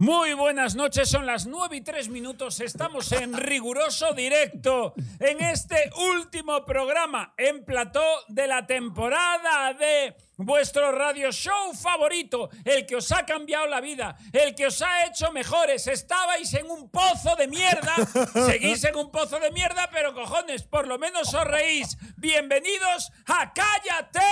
Muy buenas noches, son las 9 y 3 minutos, estamos en riguroso directo en este último programa en plató de la temporada de vuestro radio show favorito, el que os ha cambiado la vida, el que os ha hecho mejores. Estabais en un pozo de mierda, seguís en un pozo de mierda, pero cojones, por lo menos os reís. Bienvenidos a Cállate,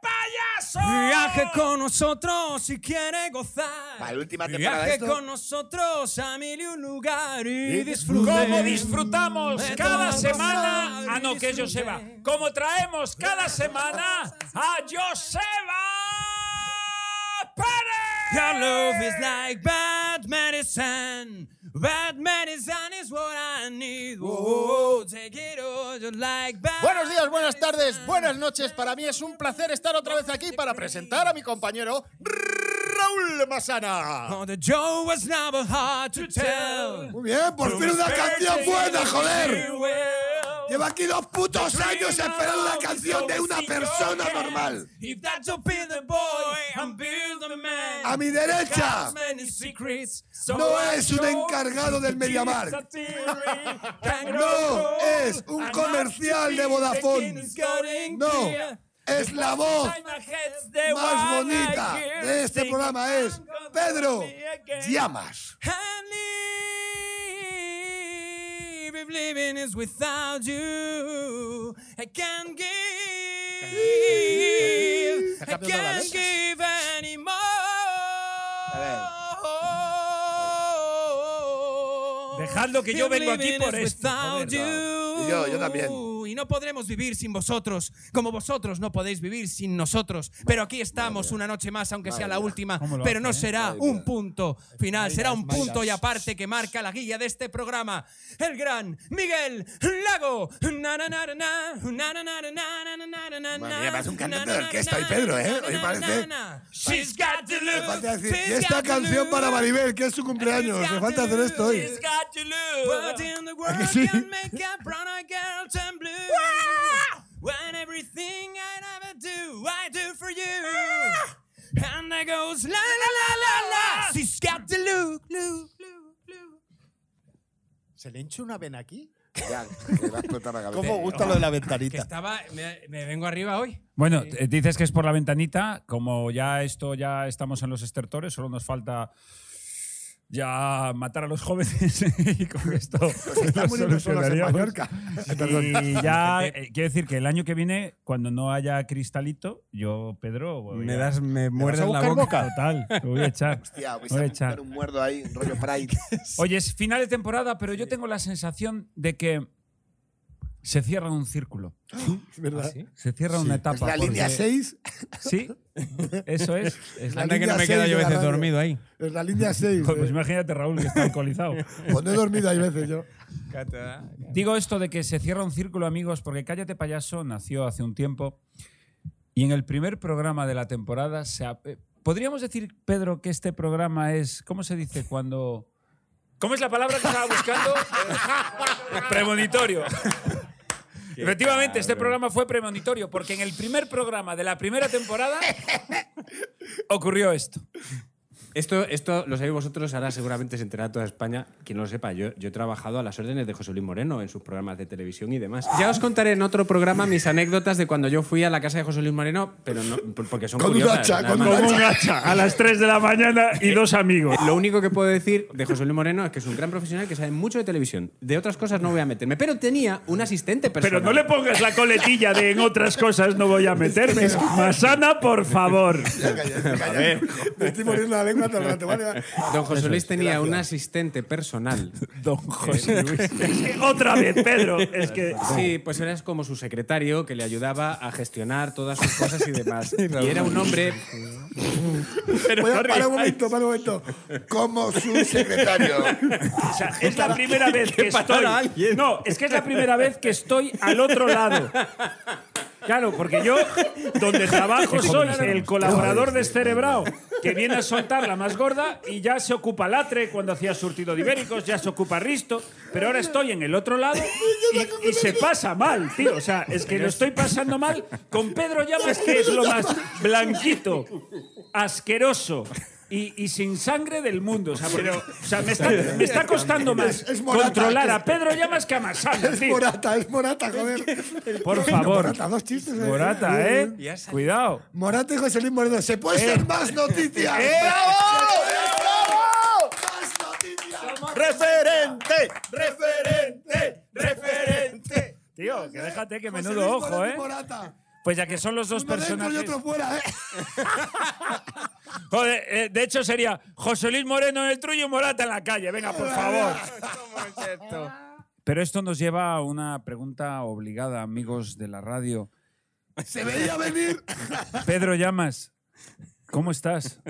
payaso. Viaje con nosotros si quiere gozar. Para la última temporada de Viaje esto. con nosotros a mil y un lugar y Y disfrute. Como disfrutamos de cada todo semana. gozar Ah, y no, que es disfrute. Joseba. Como traemos cada semana a Joseba Pérez. Your love is like bad medicine. Bad medicine is what I need. Oh, take it all just like bad Buenos días, buenas tardes, medicine. buenas noches. Para mí es un placer estar otra vez aquí para presentar a mi compañero Raúl Masana. Oh, the joke was never hard to tell. Muy bien, por fin una canción buena, joder. Well, Lleva aquí dos putos años esperando la canción de una persona normal. If that's to build a boy and build a man. A mi derecha, No es un encargado del Mediamar. No, es un comercial de Vodafone. No. no, es la voz más bonita de este programa, es Pedro Llamas. cambiado la letra. Dejadlo que yo vengo aquí por esto, joder. Y Y yo- yo también. Y no podremos vivir sin vosotros, como vosotros no podéis vivir sin nosotros. Pero aquí estamos una noche más, aunque sea la última. Pero no será un punto final, será un punto y aparte que marca la guía de este programa. El gran Miguel Lago. Madre mía, parece un cantante de orquesta hoy, Pedro, ¿eh? Hoy parece- She's got to lose, Falta decir, she's Y got esta to canción para lose. Maribel, que es su cumpleaños. Me falta hacer esto hoy. She's got to lose. What in the world sí? can make a brown eyed girl turn blue? When everything I ever do, I do for you. And that goes la la la la la. She's got to lose, lose, lose, lose. ¿Se le hincha una vena aquí? Ya, que le has cortado la cabeza. ¿Cómo gusta lo de la Que ¿Ah, ventanita? estaba, me, me vengo arriba hoy. Bueno, eh, dices que es por la ventanita. Como ya esto ya estamos en los estertores, solo nos falta ya matar a los jóvenes y con esto Están lo muriendo solos en solucionaríamos. Mallorca. Y ya eh, quiero decir que el año que viene, cuando no haya cristalito, yo Pedro Oh, voy a- me muerdes la boca. total. Lo voy a echar. Hostia, voy Voy a a echar. echar un muerdo ahí, rollo Pride. Oye, es final de temporada, pero yo tengo la sensación de que se cierra un círculo, ¿Verdad? se cierra una etapa. Es Pues la línea porque- 6 Sí, eso es. es la- Anda que no me he quedado yo a veces dormido ahí. es la línea 6. Joder, Pues imagínate Raúl que está alcoholizado. Cuando he dormido hay veces yo. Digo esto de que se cierra un círculo, amigos, porque Cállate Payaso nació hace un tiempo y en el primer programa de la temporada se... ap- eh, Podríamos decir, Pedro, que este programa es... ¿Cómo se dice cuando...? ¿Cómo es la palabra que estaba buscando? premonitorio. Efectivamente, este programa fue premonitorio porque en el primer programa de la primera temporada ocurrió esto. Esto, esto lo sabéis vosotros, ahora seguramente se enterará toda España. Quien no lo sepa, yo, yo he trabajado a las órdenes de José Luis Moreno en sus programas de televisión y demás. Ya os contaré en otro programa mis anécdotas de cuando yo fui a la casa de José Luis Moreno, pero no, por- porque son Con un curiosas. hacha, nada con más. un hacha. a las 3 de la mañana y dos amigos. Eh, Lo único que puedo decir de José Luis Moreno es que es un gran profesional que sabe mucho de televisión. De otras cosas no voy a meterme, pero tenía un asistente personal. pongas la coletilla de en otras cosas no voy a meterme. Masana, por favor. A ver. Me estoy muriendo la lengua todo el rato. ¿vale? Don José Luis tenía un asistente personal. Don José Otra vez, Pedro. Es que. Sí, pues eras como su secretario que le ayudaba a gestionar todas sus cosas y demás. Y era un hombre Voy a- para un momento, para un momento. Como su secretario. es la primera vez é que estoy. a alguien. No, es que es la primera vez que estoy al otro lado. Claro, porque yo, donde trabajo, soy el colaborador descerebrado que viene a soltar la más gorda y ya se ocupa Latre cuando hacía surtido de ibéricos, ya se ocupa Risto, pero ahora estoy en el otro lado y, y se pasa mal, tío. O sea, es que lo estoy pasando mal con Pedro Llamas, que es lo más blanquito, asqueroso y, y sin sangre del mundo. O sea, porque- o sea, me, está, me está costando más Es- es Morata. controlar a Pedro Llamas que a Masana, Es tío. Morata, es Morata, joder. Por Bueno, favor. Morata, dos chistes. eh. Morata, ¿eh? Cuidado. Morata y José Luis Moreno. ¿Se puede ser más noticias? ¡Eh, ¡Bravo! ¡Más noticias! ¡Referente! ¡Referente! ¡Referente! Tío, que déjate que José menudo Luis ojo, Moreno y ¿eh? Morata. Pues ya que son los dos Uno dentro y personajes. otro fuera, ¿eh? Joder, eh, de hecho sería José Luis Moreno en el trullo y Morata en la calle. Venga, por favor. Pero esto nos lleva a una pregunta obligada, amigos de la radio. Se veía venir. Pedro Llamas, ¿cómo estás?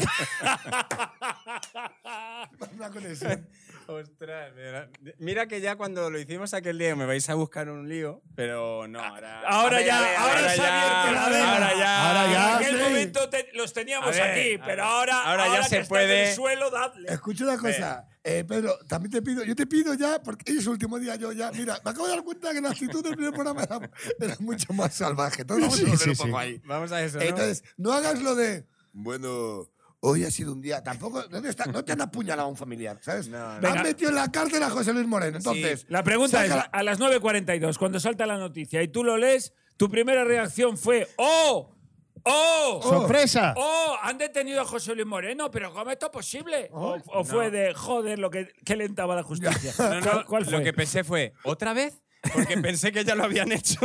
Una conexión. Ostras, de verdad. mira que ya cuando lo hicimos aquel día me vais a buscar un lío, pero no, Ah, ahora. Ahora A ver, ya, a ver, ahora se ha abierto la veda. Ahora ya. Ahora ya. En aquel sí. momento te- los teníamos A ver, aquí, a pero ver. ahora, Ahora ya ahora se que está puede- en el suelo, dadle. Escucha una cosa. Eh, Pedro, también te pido, yo te pido ya, porque hoy es su último día, yo ya, mira, me acabo de dar cuenta que la actitud del primer programa era, era mucho más salvaje. Entonces, vamos a volver un poco ahí. Vamos a eso. ¿no? Entonces, no hagas lo de, bueno, hoy ha sido un día, tampoco, ¿dónde está? no te han apuñalado a un familiar, ¿sabes? Venga. Han metido en la cárcel a José Luis Moreno, entonces. La pregunta sácala. es, a las 9.42, cuando salta la noticia y tú lo lees, tu primera reacción fue, ¡oh! ¡Oh! ¡Sorpresa! ¡Oh! Han detenido a José Luis Moreno, pero ¿cómo esto es posible? Oh, o o fue de, joder, lo que, que lentaba la justicia. No, no, ¿Cuál- ¿Cuál fue? Lo que pensé fue, ¿otra vez? Porque pensé que ya lo habían hecho.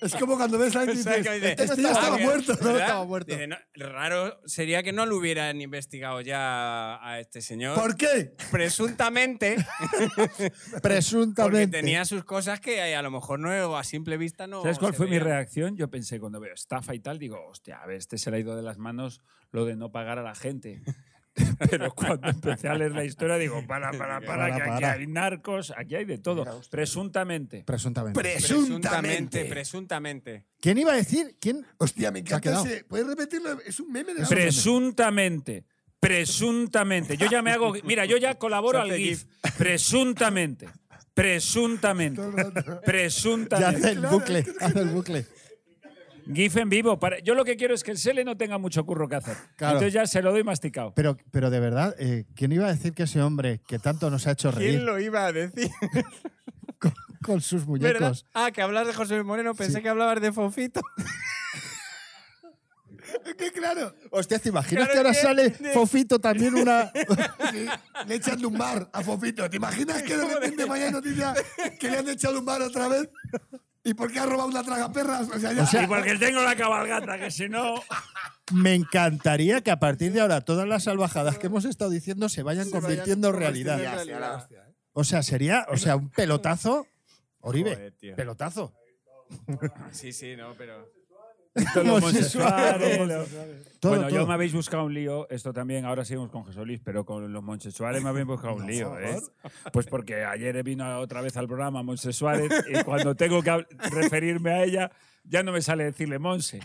Es como cuando ves a alguien y O sea, dices, que dice, este ya "Ah, estaba que- muerto, ¿no? ¿verdad? Estaba muerto. Dice, "No, raro sería que no lo hubieran investigado ya a este señor. ¿Por qué? Presuntamente, porque Presuntamente. tenía sus cosas que eh, a lo mejor no, a simple vista no. ¿Sabes cuál se fue mi veían. reacción? Yo pensé cuando veo estafa y tal, digo, hostia, a ver, este se le ha ido de las manos lo de no pagar a la gente. Pero cuando empecé a leer la historia, digo, para, para, para, Para, que para. aquí hay narcos, aquí hay de todo, presuntamente. Presuntamente. Presuntamente, Presuntamente. presuntamente. ¿Quién iba a decir? ¿Quién? Hostia, Se me ha encanta quedado. ese. ¿Puedes repetirlo? Es un meme de Presuntamente. Presuntamente. Yo ya me hago. Mira, yo ya colaboro al GIF. Presuntamente. Presuntamente. Ya hace Presuntamente. el bucle. Hace el bucle. GIF en vivo. Para- Yo lo que quiero es que el Sele no tenga mucho curro que hacer. Claro. Entonces ya se lo doy masticado. Pero, pero de verdad, eh, ¿quién iba a decir que ese hombre que tanto nos ha hecho reír ¿Quién lo iba a decir? con, con sus ¿Verdad? muñecos? Ah, que hablas de José Luis Moreno, pensé que hablabas de Fofito. Que claro, Hostia, ¿te imaginas Claro que ahora que- sale Fofito también una. sí, le echan un mar a Fofito. ¿Te imaginas que de repente vaya noticia que le han echado un mar otra vez? ¿Y por qué ha robado una traga perras? O sea, ya. y porque tengo la cabalgata, que si no. Me encantaría que a partir de ahora todas las salvajadas que hemos estado diciendo se vayan convirtiendo en realidad. eh. O sea, sería, o sea, un pelotazo. Oribe, Joder, tío. pelotazo. Sí, sí, no, pero. homosexuales, los- Todo, bueno, yo todo. me habéis buscado un lío, esto también, ahora seguimos con José Luis, pero con los Montse Suárez me habéis buscado un lío, ¿eh? Pues porque ayer vino otra vez al programa Montse Suárez y cuando tengo que hab- referirme a ella, ya no me sale decirle Monse.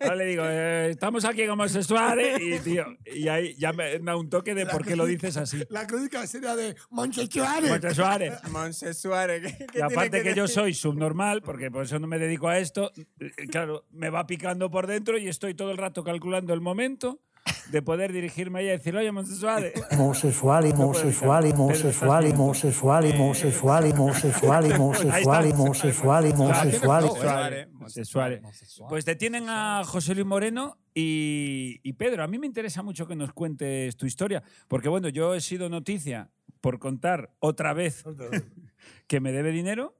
Ahora le digo, eh, estamos aquí con Montse Suárez y, tío, y ahí ya me da un toque de por qué lo dices así. La crónica sería de Monchechuares. Montse Suárez. Monse Suárez. ¿qué- qué Y aparte tiene que, yo decir? soy subnormal, porque por eso no me dedico a esto, eh, claro, me va picando por dentro y estoy todo el rato calculando el momento de poder dirigirme a ella y decir, oye, Monse Suárez, Omosessuali, omosessuali, omosessuali, omosessuali, omosessuali, omosessuali, omosessuali, omosessuali, omosessuali. Suárez. Monse Suárez. Pues detienen a José Luis Moreno y, y Pedro. A mí me interesa mucho que nos cuentes tu historia, porque bueno, yo he sido noticia por contar otra vez que me debe dinero,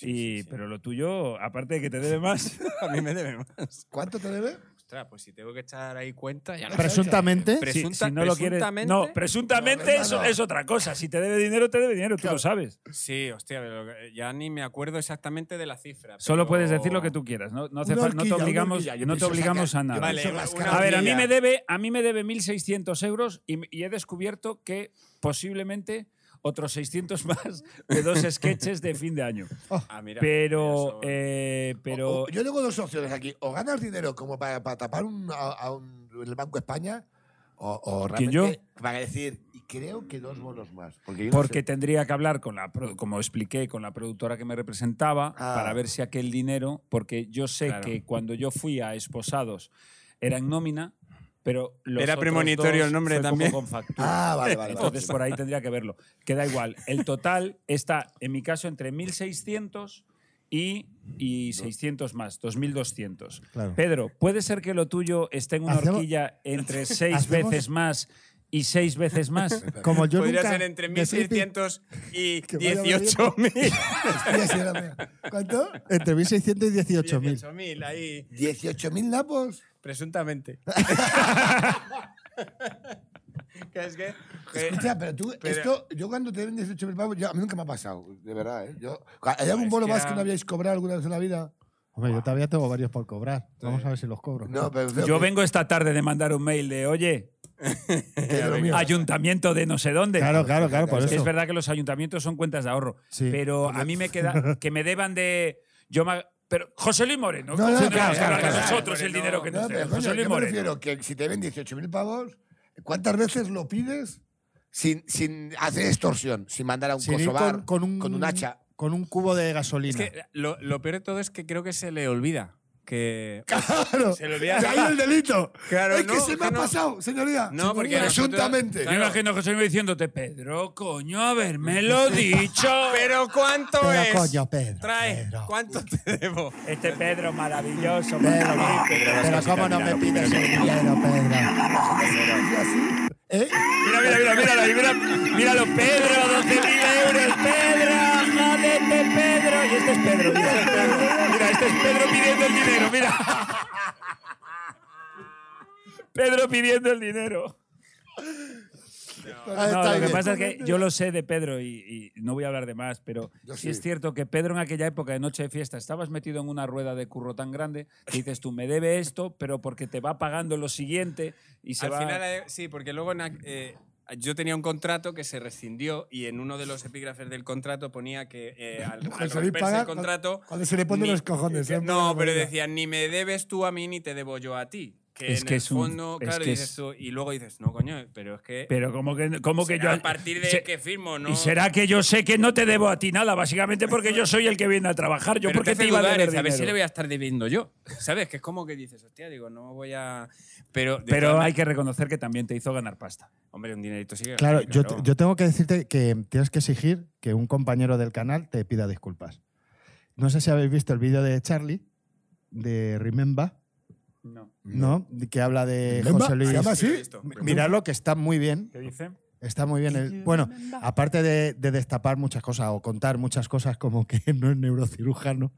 y, pero lo tuyo, aparte de que te debe más... A mí me debe más. ¿Cuánto te debe? Ostras, pues si tengo que echar ahí cuenta, ya no Presuntamente. Sí, Presunta- si no lo quieres- presuntamente- no, presuntamente No, es, no. es otra cosa. Si te debe dinero, te debe dinero, tú lo sabes. Sí, hostia, pero ya ni me acuerdo exactamente de la cifra. Solo pero- puedes decir lo que tú quieras. No, no, hace Una falta- no horquilla, te una obligamos, horquilla. Yo no te pienso obligamos sacar- a nada. yo Vale, pienso una- rascar. A ver, a mí horquilla. me debe, a mí me debe 1.600 euros y, y he descubierto que posiblemente otros 600 más de dos sketches de fin de año. Oh. Ah, mira, Pero, mira, eso- eh, O- pero o- yo tengo dos opciones aquí. O ganas dinero como para, para tapar un, a, a un- el Banco España, o, o ¿Quién, realmente para decir, y creo que dos bolos más. Porque, yo no porque sé. tendría que hablar con la, produ- como expliqué, con la productora que me representaba Ah. para ver si aquel dinero, porque yo sé Claro. que cuando yo fui a Esposados era en nómina, Pero los Era otros premonitorio dos el nombre fue como también. con factura. Ah, vale, vale. vale. Entonces por ahí tendría que verlo. Que da igual. El total está, en mi caso, entre 1.600 y, y 600 más, 2.200. Claro. Pedro, ¿puede ser que lo tuyo esté en una Hacemos- horquilla entre seis hacemos- veces más y seis veces más? Como yo Podría nunca ser entre decir- 1.600 y Que vaya 18.000. Hostia, sí, era mío. ¿Cuánto? Entre 1.600 y 18.000. 18.000 ahí, 18.000 napos. presuntamente. ¿Qué es que? Escucha, pero tú, Eh, Pero- esto, yo cuando te venden 18.000 pavos, yo- a mí nunca me ha pasado, de verdad, ¿eh? Yo, ¿Hay algún bono Pues que más que a- no habíais cobrado alguna vez en la vida? Hombre, yo todavía tengo varios por cobrar. Vamos a ver si los cobro. No, pero. creo Yo que- vengo esta tarde de mandar un mail de, oye, Ah, que de lo mío. ayuntamiento de no sé dónde. Claro, claro, claro, por Es que eso. es verdad que los ayuntamientos son cuentas de ahorro. Sí. pero a mí me queda que me deban de. Yo me- pero José Luis Moreno. No, no, José Luis claro, Moreno, claro, que claro. nosotros el dinero que No, nos pero deben. coño, José Luis yo me Moreno. refiero que si te ven 18.000 pavos, ¿cuántas veces lo pides sin, sin hacer extorsión? Sin mandar a un Sin ir kosovar, con, con un, con un hacha. Con un cubo de gasolina. Es que eh, lo, lo peor de todo es que creo que se le olvida. Que ¡Claro! se le olvida. De ahí el delito. Claro, es que se no, es me que ha no. pasado, señoría. No, porque a nosotros- Presuntamente. Yo imagino a José Luis diciéndote, Pedro, coño, haberme lo dicho. Pero ¿cuánto Pero, es? coño, Pedro, Trae, Pedro. ¿cuánto te debo? Este Pedro maravilloso. Pedro, maravilloso. pero cómo no me pides el dinero, Pedro. Mira, mira, mira, míralo, ahí, mira, míralo, Pedro, 12.000 euros, Pedro, jodete, Pedro. Y este es Pedro, mira, este es Pedro. Mira, este es Pedro pidiendo el dinero, mira. Pedro pidiendo el dinero. Ahí No, está lo que bien. pasa es que yo lo sé de Pedro y, y no voy a hablar de más, pero sí, es cierto que Pedro en aquella época de noche de fiesta estabas metido en una rueda de curro tan grande que dices tú me debe esto, pero porque te va pagando lo siguiente y se Al va. final, eh, sí, porque luego en ac- eh, yo tenía un contrato que se rescindió y en uno de los epígrafes del contrato ponía que eh, al, al José Luis romperse paga el contrato... cuando se le ponen los cojones, que- siempre no, la pero movida. decía, ni me debes tú a mí ni te debo yo a ti. Que Es en que el es un- fondo, es claro, que dices es- tú- y luego dices, no, coño, pero es que... Pero como que, como que yo será a partir de se- que firmo, ¿no? Y será que yo sé que no te debo a ti nada, básicamente porque yo soy el que viene a trabajar. Yo Pero porque hace te iba a dudar, deber es, a ver si le dinero. voy a estar debiendo yo. ¿Sabes? Que es como que dices, hostia, digo, no voy a... Pero, de Pero todas hay maneras- que reconocer que también te hizo ganar pasta. Hombre, un dinerito sigue. Claro, yo, te- yo tengo que decirte que tienes que exigir que un compañero del canal te pida disculpas. No sé si habéis visto el vídeo de Charlie, de Remember, No. ¿no? Que habla de Remember, José Luis. se llama así. Miradlo, que está muy bien. ¿Qué dice? Está muy bien. el- bueno, aparte de, de destapar muchas cosas o contar muchas cosas como que no es neurocirujano,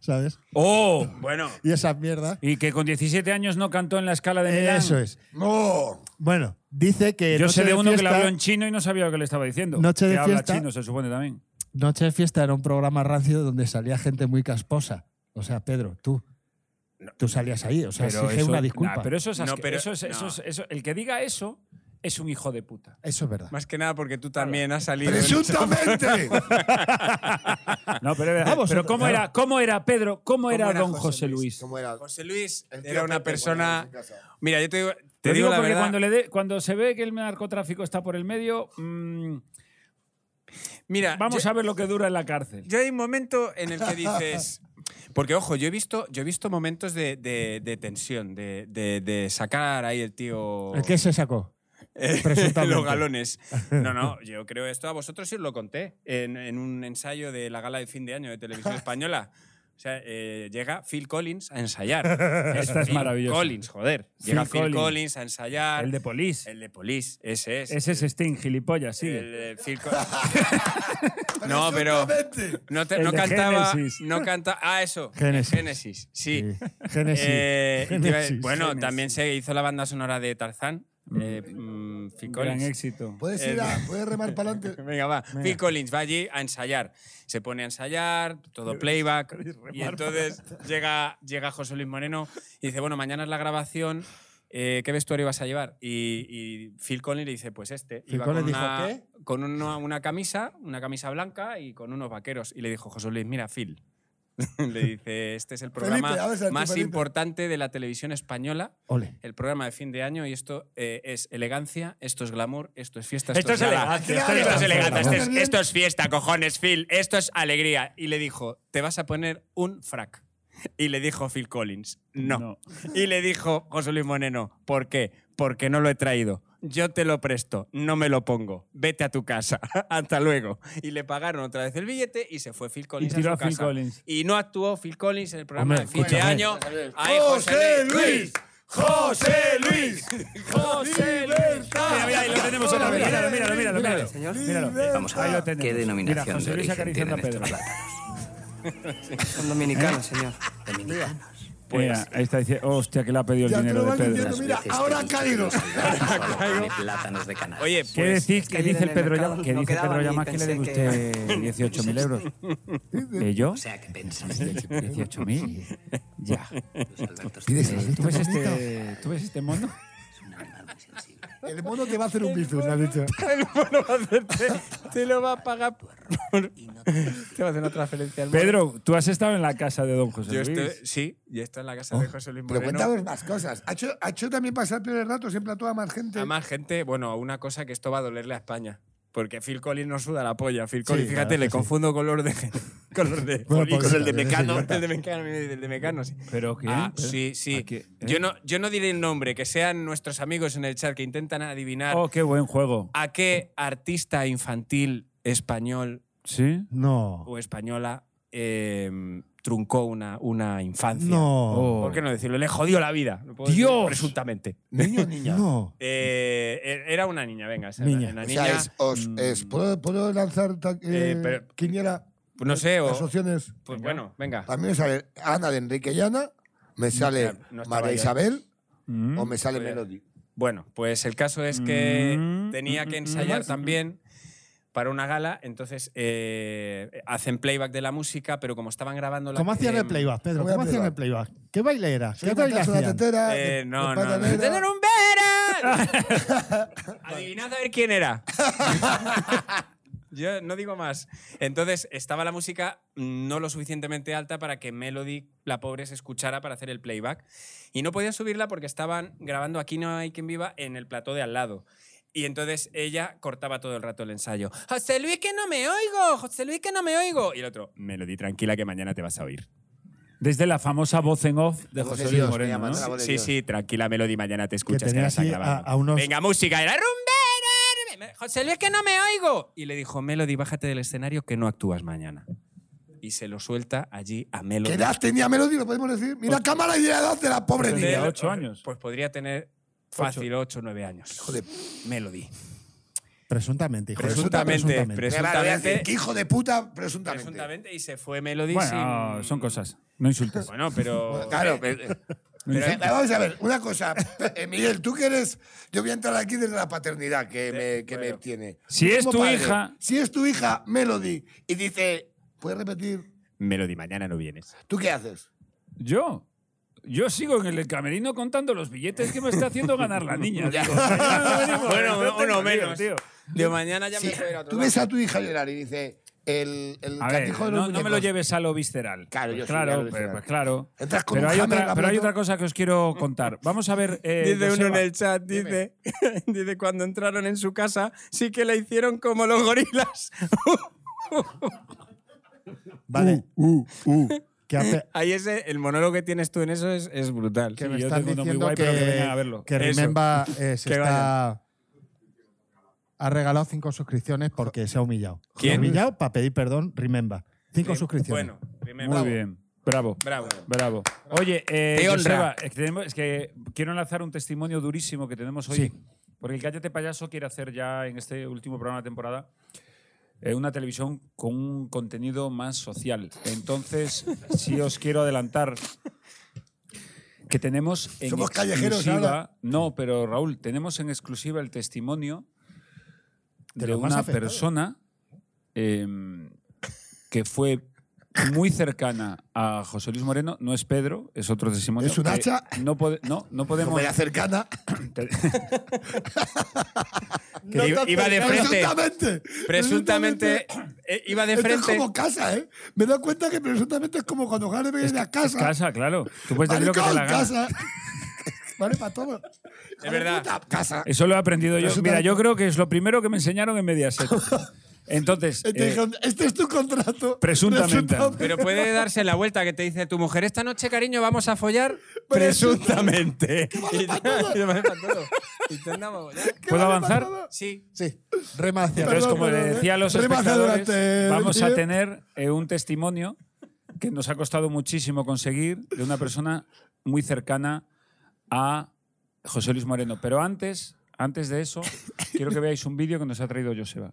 ¿sabes? ¡Oh! Bueno. Y esas mierdas. Y que con 17 años no cantó en la escala de Milán. Eso es. No. Bueno, dice que Yo Noche sé de uno que le Fiesta- habló en chino y no sabía lo que le estaba diciendo. Noche de que habla fiesta. chino, se supone también. Noche de Fiesta era un programa rancio donde salía gente muy casposa. O sea, Pedro, tú. Tú salías ahí. O sea, exige eso, una disculpa. Nah, pero eso es, No, asque- pero- eso es- eso no. es- eso- el que diga eso es un hijo de puta. Eso es verdad. Más que nada porque tú también has salido. en- ¡Presuntamente! No, pero es verdad. Ah, Vamos, pero cómo claro. era, cómo era Pedro, cómo, era, era don José José Luis. ¿Cómo era? José Luis El tío era una Pepe, persona. cuando era en su casa. Mira, yo te digo, te Te digo digo, la porque verdad. cuando, le dé- cuando se ve que el narcotráfico está por el medio, mm, Mira, vamos yo, a ver lo que dura en la cárcel. yo hay un momento en el que dices. Porque, ojo, yo he visto, yo he visto momentos de, de- de tensión, de, de- de sacar ahí el tío. ¿El qué se sacó? Eh, Presuntamente. los galones. No, no, yo creo esto a vosotros sí os lo conté en, en un ensayo de la gala de fin de año de Televisión Española. O sea, eh, llega Phil Collins a ensayar. Esta es Phil maravillosa. Collins, joder. Llega Phil Phil Collins. Collins. a ensayar. El de Police. El de Police, ese es. Ese es Sting, gilipollas, sí. El de Phil Collins. no, pero ¡Presuntamente! no, te- El no de cantaba, Génesis. no canta, ah eso, Génesis. Génesis, Génesis sí. Génesis. Eh, y te iba a- Génesis. bueno, también se hizo la banda sonora de Tarzán, eh, mm, Phil Gran Collins. Eh, éxito. Puedes ir a, puedes remar para adelante. Venga, va. Phil Collins va allí a ensayar. Se pone a ensayar, todo playback. Y entonces llega, llega José Luis Moreno y dice, bueno, mañana es la grabación. eh, ¿Qué vestuario vas a llevar? Y, y Phil Collins le dice, pues este. Phil Iba Collins con dijo, una, ¿qué? Con una, una camisa, una camisa blanca y con unos vaqueros. Y le dijo José Luis, mira, Phil. le dice, este es el Felipe, programa a ver, Santi, más Felipe. importante de la televisión española. Ole. El programa de fin de año y esto eh, es elegancia, esto es glamour, esto es fiesta, Esto es gala. elegancia, esto es Esto es elegancia, Claro. esto es, esto es fiesta, cojones, Phil. Esto es alegría. Y le dijo, te vas a poner un frac. Y le dijo Phil Collins, no. Y le dijo José Luis Moreno, ¿por qué? Porque no lo he traído. Yo te lo presto, no me lo pongo. Vete a tu casa. Hasta luego. Y le pagaron otra vez el billete y se fue Phil Collins tiró a a su Phil casa. Collins. Y no actuó Phil Collins en el programa Hombre, de fin de escúchame. año. Ahí José José Luis. Luis. José Luis. José Luis. Mira, mira, ahí lo tenemos otra vez. Míralo, míralo, míralo. míralo. Míralo. Vamos a Ahí ver, lo tenemos. ¿qué denominación Mira, José de Luis origen acariciando tienen a Pedro. estos plátanos? Son dominicanos, ¿Eh? señor. Dominicanos. Mira, ahí está diciendo, hostia, que le ha pedido el Ya te dinero lo de van Pedro. diciendo, mira, Las veces ahora ha que caído. Dios nos ha dado de plátanos de Canarias. Oye, ¿Qué pues decís? ¿Qué ayer dice el en el Pedro mercado Llamas? ¿Qué no dice quedaba Pedro ni Llamas que le pensé debe que- usted 18.000 euros? ¿Que yo? O sea, que pensamos. 18.000. Ya. Pides así, ¿Tú ves este, ¿tú ves este mono? El mono te va a hacer un bife, me has dicho. el mono va a hacerte- te lo va a pagar por... Te va a hacer una transferencia al mono. Pedro, tú has estado en la casa de don José Yo Luis. Oh, estoy, sí, y esto en la casa de José Luis Pero Moreno. cuéntanos más cosas. Ha hecho, ha hecho también pasar peores ratos, siempre a toda más ¿eh? gente. A más gente, bueno, una cosa que esto va a dolerle a España. Porque Phil Collins no suda la polla. Phil Collins, fíjate, le confundo color de. color de. pues Bueno, con el de pobrecito, Mecano. pobrecito. El de Mecano, el de Mecano, sí. ¿Pero quién? Ah, Pero- sí, sí. ¿A qué? ¿Eh? Yo, no, yo no diré el nombre, que sean nuestros amigos en el chat que intentan adivinar Oh, qué buen juego. a qué artista infantil español ¿Sí? No. o española eh, truncó una, una infancia. No. ¿Por qué no decirlo? Le jodió la vida. Lo puedo Dios. decir Presuntamente. Niño niña. No. Eh, er- era una niña, venga. o sea, Niña. Una O niña. mm. sea, es, os- es- ¿puedo, puedo lanzar ta- eh, Eh, pero- quiniela? no sé, o. Las opciones. Pues bueno, venga. A mí me sale Ana de Enrique Llana, me sale claro, no estaba María yo. Isabel Mm. o me sale Oye, Melody. Bueno, pues el caso es que Mm, tenía que mm, mm, ensayar mm. también para una gala, entonces eh, hacen playback de la música, pero como estaban grabando la. ¿Cómo hacían eh, el playback, Pedro? ¿cómo ¿Cómo hacían hacían el playback? ¿Qué baile era? Soy ¿Qué baile una hacían? tetera, Eh, de- no, de no, no. panadera. ¡Tener un vera! Adivinad a ver quién era. Yo no digo más. Entonces, estaba la música no lo suficientemente alta para que Melody, la pobre, se escuchara para hacer el playback. Y no podían subirla porque estaban grabando Aquí no hay quien viva en el plató de al lado. Y entonces ella cortaba todo el rato el ensayo. José Luis, que no me oigo. José Luis, que no me oigo. Y el otro, Melody, tranquila que mañana te vas a oír. Desde la famosa voz en off de voz José de Luis Dios, Moreno, me ¿no? llaman. Bravo de Sí, Dios. sí, tranquila, Melody, mañana te escuchas. Que tenía ahora está así a- grabando. a unos- Venga, música, era rumbera. José Luis, que no me oigo. Y le dijo, Melody, bájate del escenario que no actúas mañana. Y se lo suelta allí a Melody. ¿Qué edad tenía Melody? ¿Lo podemos decir? Mira, Pues- cámara y la edad de la pobre Tenía niña. Mel- ocho años. Pues podría tener fácil 8 o 9 años. Hijo de- Melody. Presuntamente, hijo de puta, Presuntamente, Me va a decir, presuntamente, ¿Qué hijo de puta? Presuntamente. presuntamente, y se fue Melody Bueno, sin- son cosas. No insultes. Bueno, pero... Claro, pero, pero- Eh, vamos a ver, una cosa. Eh, Miguel, tú que eres. Yo voy a entrar aquí desde la paternidad que, me, que me tiene. Si Tú es como tu hija- Si es tu hija, Melody, y dice, ¿puedes repetir? Melody, mañana no vienes. ¿Tú qué haces? Yo. Yo sigo en el camerino contando los billetes que me está haciendo ganar la niña. Digo, "Mañana venimos". Bueno, Yo tengo uno lío, menos. tío. De mañana ya Sí, me puedo ir a otro tú lado. ves a tu hija llorar y dice, el, el A ver, cantijo de los no, no me lo muñecos. lleves a lo visceral. Claro, Pues yo sí, a claro, lo pues, visceral. pues claro. Entras con Pero un hay, hammer en otra, la pero hay mano. otra cosa que os quiero contar. Vamos a ver. eh, Dice uno en Joseba. el chat, dice, dice, cuando entraron en su casa, sí que la hicieron como los gorilas. Vale. Uh, uh. Que hace, Ahí ese, el monólogo que tienes tú en eso es, es brutal. que Sí, me yo están tengo uno muy diciendo guay, que, pero que vengan a verlo. que Eso. Rememba eh, se Que vayan. está, ha regalado cinco suscripciones porque se ha humillado. ¿Quién? Se ha humillado para pedir perdón, Rememba. Cinco Rim- suscripciones. Bueno, primero. Muy bien. Bravo. Bravo. Bravo. Oye, eh, Te honra. Joseba, es que, tenemos- es que quiero enlazar un testimonio durísimo que tenemos hoy. Sí. Porque el Cállate Payaso quiere hacer ya en este último programa de temporada eh, una televisión con un contenido más social. Entonces, sí os quiero adelantar que tenemos en Somos callejeros exclusiva. ahora. No, pero Raúl, tenemos en exclusiva el testimonio De de los más una afectados. persona em, que fue muy cercana a José Luis Moreno, no es Pedro, es otro testimonio. ¿Es un que hacha? No, pode- no, no No podemos. me voy a cercana. Que iba- iba de frente. Presuntamente. Presuntamente eh, iba de Esto es frente. como casa, ¿eh? Me he dado cuenta que presuntamente es como cuando Gary viene a casa. casa, claro. Tú puedes decir Pues lo que te la Maricón, gana. casa. vale para todo. Joder, verdad. puta, casa. Eh, Eso lo he aprendido yo. Resulta Mira, que- yo creo que es lo primero que me enseñaron en Mediaset. Entonces, Y te eh, dijeron, este es tu contrato. presuntamente. Resulta- Pero puede darse la vuelta que te dice tu mujer, esta noche, cariño, vamos a follar. Presuntamente. Y- y vale para todo. Y te andamos, ya. ¿puedo avanzar? Sí. Sí, rema hacia Entonces, Perdón, como perdón, le ¿eh? decía a los Remate espectadores, durante el vamos a vídeo. tener eh, un testimonio que nos ha costado muchísimo conseguir de una persona muy cercana a José Luis Moreno. Pero antes, antes de eso, quiero que veáis un vídeo que nos ha traído Joseba.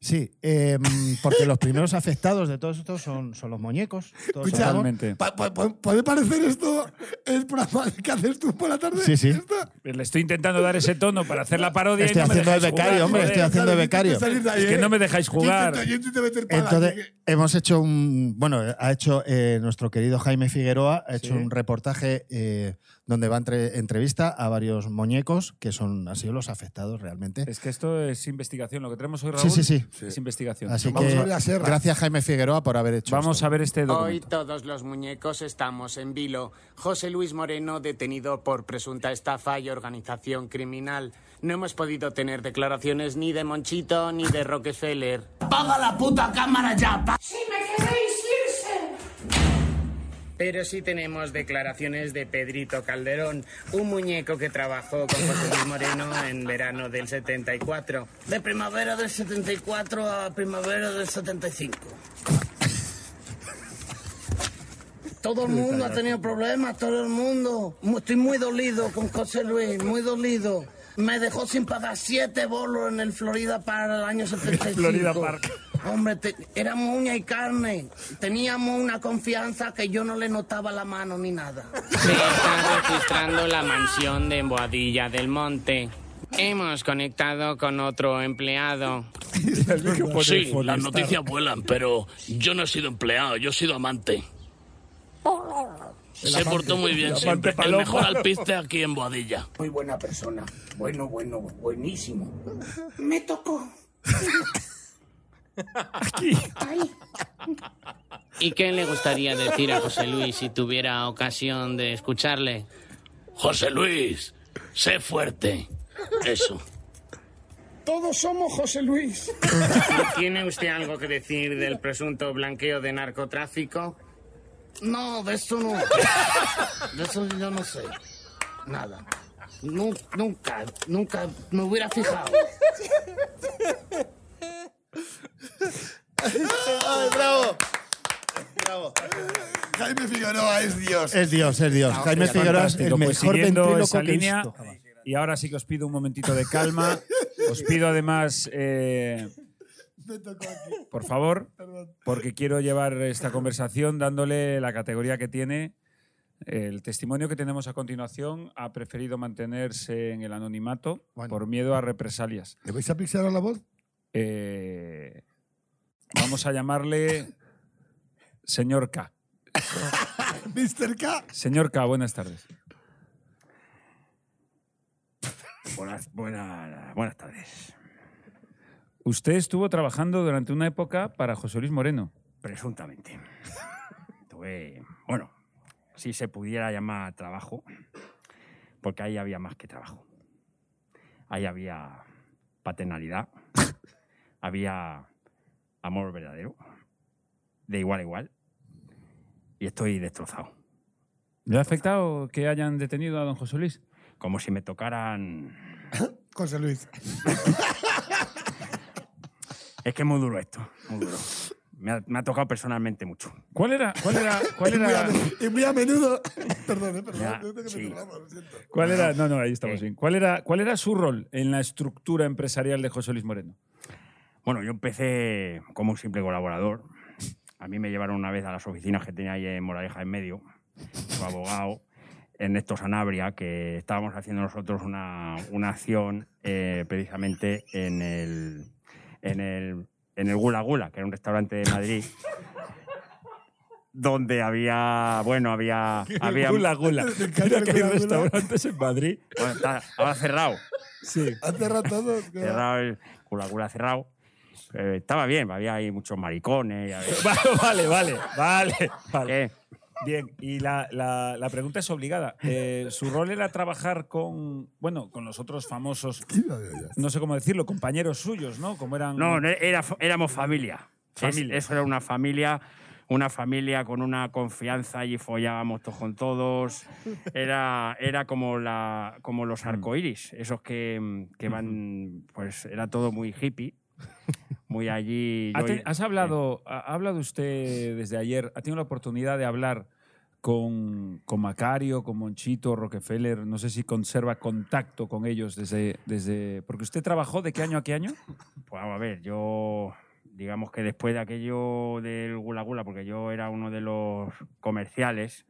Sí, eh, porque los primeros afectados de todo esto son, son los muñecos. Todos Escucha, son- Totalmente. Pa- pa- pa- ¿Puede parecer esto el programa que haces tú por la tarde? Sí, sí. ¿Esto? Le estoy intentando dar ese tono para hacer la parodia. Estoy y no me haciendo el dejáis becario, jugar, hombre, joder. estoy haciendo de becario. Salir de ahí, eh, Es que ¿eh? no me dejáis jugar. Yo intento- yo intento meter pala, Entonces, así que- hemos hecho un. Bueno, ha hecho eh, nuestro querido Jaime Figueroa, ha hecho un reportaje eh, donde va a entre- entrevista a varios muñecos que son, han sido los afectados realmente. Es que esto es investigación. Lo que tenemos hoy, Raúl, Sí, sí, sí. es investigación. Así Vamos que, a ver la sierra. gracias Jaime Figueroa por haber hecho Vamos esto. a ver este Hoy documento. todos los muñecos estamos en vilo. José Luis Moreno detenido por presunta estafa y organización criminal. No hemos podido tener declaraciones ni de Monchito ni de Rockefeller. ¡Apaga la puta cámara ya! Pero sí tenemos declaraciones de Pedrito Calderón, un muñeco que trabajó con José Luis Moreno en verano del 74. De primavera del 74 a primavera del 75. Todo el mundo ha tenido problemas, todo el mundo. Mu- Estoy muy dolido con José Luis, muy dolido. Me dejó sin pagar siete bolos en el Florida para el año 75. Florida Park. Hombre, te- éramos uña y carne. Teníamos una confianza que yo no le notaba la mano ni nada. Se está registrando la mansión de Boadilla del Monte. Hemos conectado con otro empleado. Sí, las noticias vuelan, pero yo no he sido empleado, yo he sido amante. Se portó muy bien siempre. El mejor alpiste aquí en Boadilla. Muy buena persona. Bueno, bueno, buenísimo. Me tocó. ¿Y qué le gustaría decir a José Luis si tuviera ocasión de escucharle? José Luis, sé fuerte. Eso. Todos somos José Luis. ¿Tiene usted algo que decir del presunto blanqueo de narcotráfico? No, de eso no. De eso yo no sé. Nada. Nu- nunca, nunca me hubiera fijado. Jaime Figueroa es Dios. Es Dios, es Dios. Jaime Figueroa es el Ah, Fantástico, pues mejor siguiendo ventríloco esa que he línea. visto. Y ahora sí que os pido un momentito de calma. Os pido además, eh, Me tocó aquí. por favor, porque quiero llevar esta conversación dándole la categoría que tiene. El testimonio que tenemos a continuación ha preferido mantenerse en el anonimato Bueno. por miedo a represalias. ¿Le vais a pixar la voz? Eh, vamos a llamarle señor K. Mr. K. Señor K, buenas tardes. Buenas, buenas, buenas tardes. Usted estuvo trabajando durante una época para José Luis Moreno. Presuntamente. Tuve, bueno, si se pudiera llamar trabajo, porque ahí había más que trabajo. Ahí había paternalidad, había amor verdadero, de igual a igual, y estoy destrozado. ¿Le ha afectado que hayan detenido a don José Luis? Como si me tocaran... José Luis. Es que es muy duro esto, muy duro. Me ha- me ha tocado personalmente mucho. ¿Cuál era, cuál era, cuál Y muy, a, era, y muy a menudo. perdón, eh, perdón. Ya, tengo que sí. meter la voz, lo siento. cuál era- no, no, ahí estamos Eh. bien. ¿Cuál era, cuál era su rol en la estructura empresarial de José Luis Moreno? Bueno, yo empecé como un simple colaborador. A mí me llevaron una vez a las oficinas que tenía ahí en Moraleja en medio, su abogado, Ernesto Sanabria, que estábamos haciendo nosotros una, una acción eh, precisamente en el, en, el, en el Gula Gula, que era un restaurante de Madrid, donde había, bueno, había... había Gula, gula. Mira que hay restaurantes en Madrid. bueno, está ahora cerrado. Hace rato. dos, que- cerrado el Gula Gula cerrado. Eh, estaba bien, había Eh, ahí muchos maricones. había- Vale, vale, vale, vale. vale. ¿Qué? Bien, y la, la- la pregunta es obligada. Eh, su rol era trabajar con, bueno, con los otros famosos, no sé cómo decirlo, compañeros suyos, ¿no? Como eran... No, no, era, éramos familia. Es- Familia. eso era una familia, una familia con una confianza y follábamos todos con todos. Era, era como, la, como Mm. los arcoíris, esos que, mm, que van, pues era todo muy hippie, muy allí. Ha yo- te- ¿Has hablado, ha ha hablado usted desde ayer, ha tenido la oportunidad de hablar con, con Macario, con Monchito, Rockefeller, no sé si conserva contacto con ellos desde, desde... Porque usted trabajó de qué año a qué año? Pues vamos a ver, yo digamos que después de aquello del Gula Gula, porque yo era uno de los comerciales,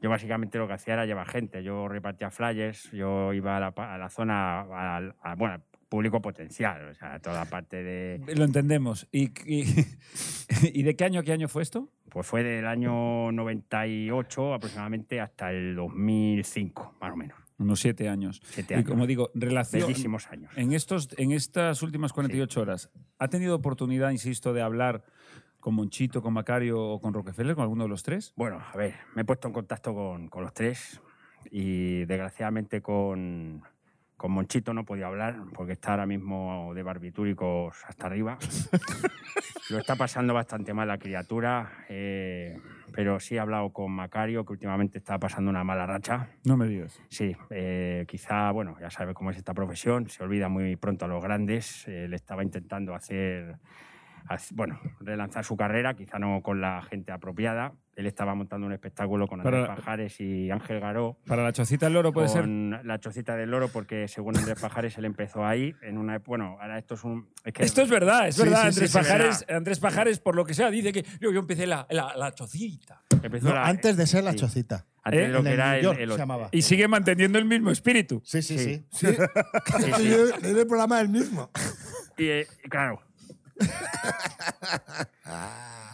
yo básicamente lo que hacía era llevar gente. Yo repartía flyers, yo iba a la, pa- a la zona, a la- a- bueno, al público potencial, o sea, toda la parte de... Lo entendemos. ¿Y, y, y de qué año a qué año fue esto? Pues fue del año 98 aproximadamente hasta el 2005, más o menos. Unos siete años. Siete Y como años. digo, relación. Bellísimos años. En, estos, en estas últimas 48 horas, ¿ha tenido oportunidad, insisto, de hablar con Monchito, con Macario o con Rockefeller, con alguno de los tres? Pues, Bueno, a ver, me he puesto en contacto con, con los tres y desgraciadamente con, con Monchito no podía hablar porque está ahora mismo de barbitúricos hasta arriba. Lo está pasando bastante mal la criatura, eh, pero sí he hablado con Macario, que últimamente está pasando una mala racha. No me digas. Sí, eh, quizá, bueno, ya sabe cómo es esta profesión, se olvida muy pronto a los grandes. eh, Él estaba intentando hacer, hac- bueno, relanzar su carrera, quizá no con la gente apropiada. Él estaba montando un espectáculo con Andrés eh, Para- Pajares y Ángel Garó. Para la chocita del loro puede ser. con La chocita del loro, porque según Andrés Pajares, él empezó ahí. En una, ep- bueno, ahora esto es un. es que- Esto es verdad, es Sí, verdad. sí, sí, Andrés, sí, es Pajares, verdad. Andrés Pajares, por lo que sea, dice que yo, yo empecé la, la, la chocita. Empezó No, eh, la- antes de ser la sí. chocita. eh, Antes de En lo que el era New el- York el- se llamaba. Y sigue manteniendo el mismo espíritu. Sí, sí, sí. Sí, sí. Yo- Era el programa del mismo. Y eh, claro.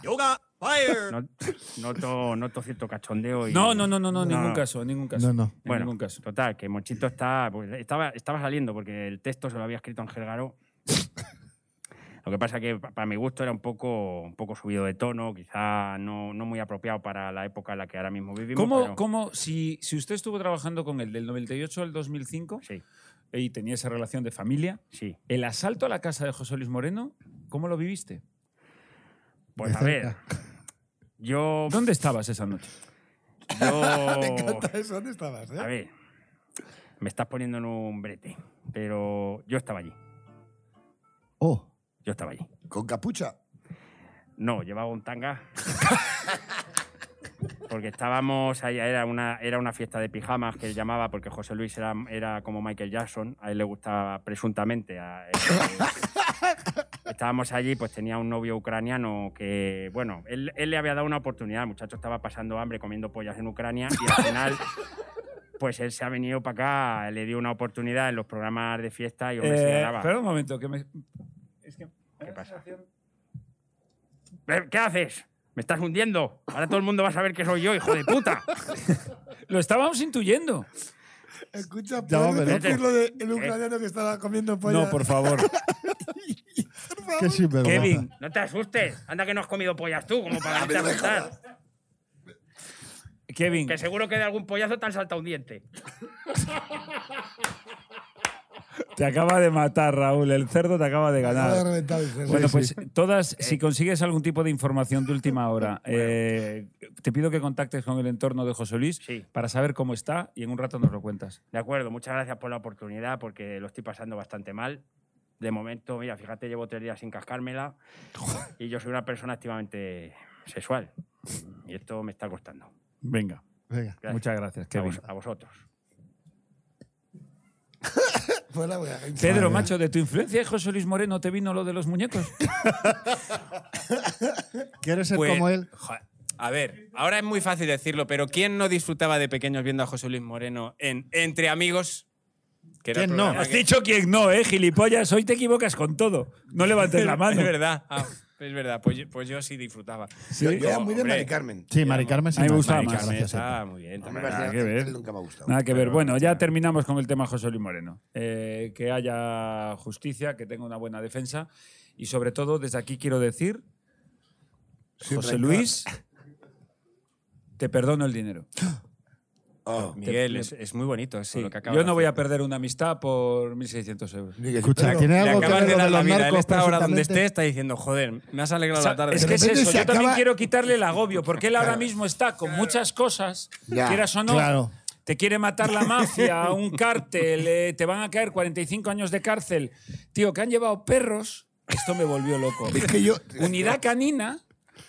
Yoga Fire. No- Noto, noto cierto cachondeo. Y, No, no, no, no, no, en ningún caso, en ningún caso. No, no. En Bueno, ningún caso. total, que Monchito está, pues, estaba, estaba saliendo porque el texto se lo había escrito Ángel Garó. Lo que pasa que pa- para mi gusto era un poco, un poco subido de tono, quizá no, no muy apropiado para la época en la que ahora mismo vivimos. ¿Cómo, pero- cómo si, si usted estuvo trabajando con él del 98 al 2005 Sí. eh, y tenía esa relación de familia, Sí. el asalto a la casa de José Luis Moreno, ¿cómo lo viviste? Pues a ver, yo... ¿Dónde estabas esa noche? yo- Me encanta eso. ¿Dónde estabas? eh? A ver, me estás poniendo en un brete, pero yo estaba allí, Oh, yo estaba allí. Con capucha. No, llevaba un tanga. Porque estábamos allá, era una, era una fiesta de pijamas que él llamaba, porque José Luis era, era como Michael Jackson, a él le gustaba presuntamente. a- eh, estábamos allí, pues tenía un novio ucraniano que, bueno, él, él le había dado una oportunidad, el muchacho estaba pasando hambre comiendo pollas en Ucrania y al final, pues él se ha venido para acá, le dio una oportunidad en los programas de fiesta y yo me Eh, señalaba. espera un momento, que me... Es que... ¿Qué pasa? ¿Qué haces? Me estás hundiendo. Ahora todo el mundo va a saber que soy yo, hijo de puta. Lo estábamos intuyendo. Escucha, Ya, ¿puedes hombre, repetir no. lo del Eh. ucraniano que estaba comiendo pollo? No, por favor. qué sinvergüenza. Kevin, No te asustes. Anda que no has comido pollas tú, como para que te asustar. Kevin, Que seguro que de algún pollazo te han saltado un diente. te acaba de matar, Raúl. El cerdo te acaba de Me acaba de ganar. reventar el cerebro. Bueno, pues todas, Eh. si consigues algún tipo de información de última hora, eh, te pido que contactes con el entorno de José Luis Sí. para saber cómo está y en un rato nos lo cuentas. De acuerdo, muchas gracias por la oportunidad porque lo estoy pasando bastante mal. De momento, mira, fíjate, llevo tres días sin cascármela y yo soy una persona activamente sexual. Y esto me está costando. Venga, Venga. Gracias. muchas gracias, A, Kevin. vos- a vosotros. Fue la wea. Pedro, macho, de tu influencia de José Luis Moreno te vino lo de los muñecos. ¿Quieres ser Pues- como él? Joder. A ver, ahora es muy fácil decirlo, pero ¿quién no disfrutaba de pequeños viendo a José Luis Moreno en Entre Amigos? Que era el ¿Quién no? programa Has que- dicho quién no, ¿eh? Gilipollas, hoy te equivocas con todo. No levantes la mano. Es verdad, ah, es verdad. Pues, yo- pues yo sí disfrutaba. Sí. Yo- Yo era muy muy de de hombre. Mari Mari Carmen. Sí, Mari Carmen sí A mí me más, gustaba Mari más. eh, Carmen, Carmen graciosa. está muy bien. también. Nada que ver. Nunca me ha gustado. Nada que ver. Bueno, ya terminamos con el tema José Luis Moreno. Eh, que haya justicia, que tenga una buena defensa. Y sobre todo, desde aquí quiero decir, José Luis, te perdono el dinero. Oh, Miguel, es, es muy bonito eso, Sí, lo que acabas Yo de no voy a hacer. perder una amistad por 1.600 euros. Escucha, Le- ¿tiene le algo que acabas ver de lo dar la de los vida. Él narcos está ahora donde esté, presuntamente? está diciendo, joder, me has alegrado Sa- la tarde. Es que es De eso. repente Yo se también acaba- quiero quitarle el agobio, porque él ahora mismo está con muchas cosas, Ya, quieras o no. claro. Te quiere matar la mafia, un cártel, eh, te van a caer 45 años de cárcel. Tío, que han llevado perros. Esto me volvió loco. Es que yo- Unidad canina.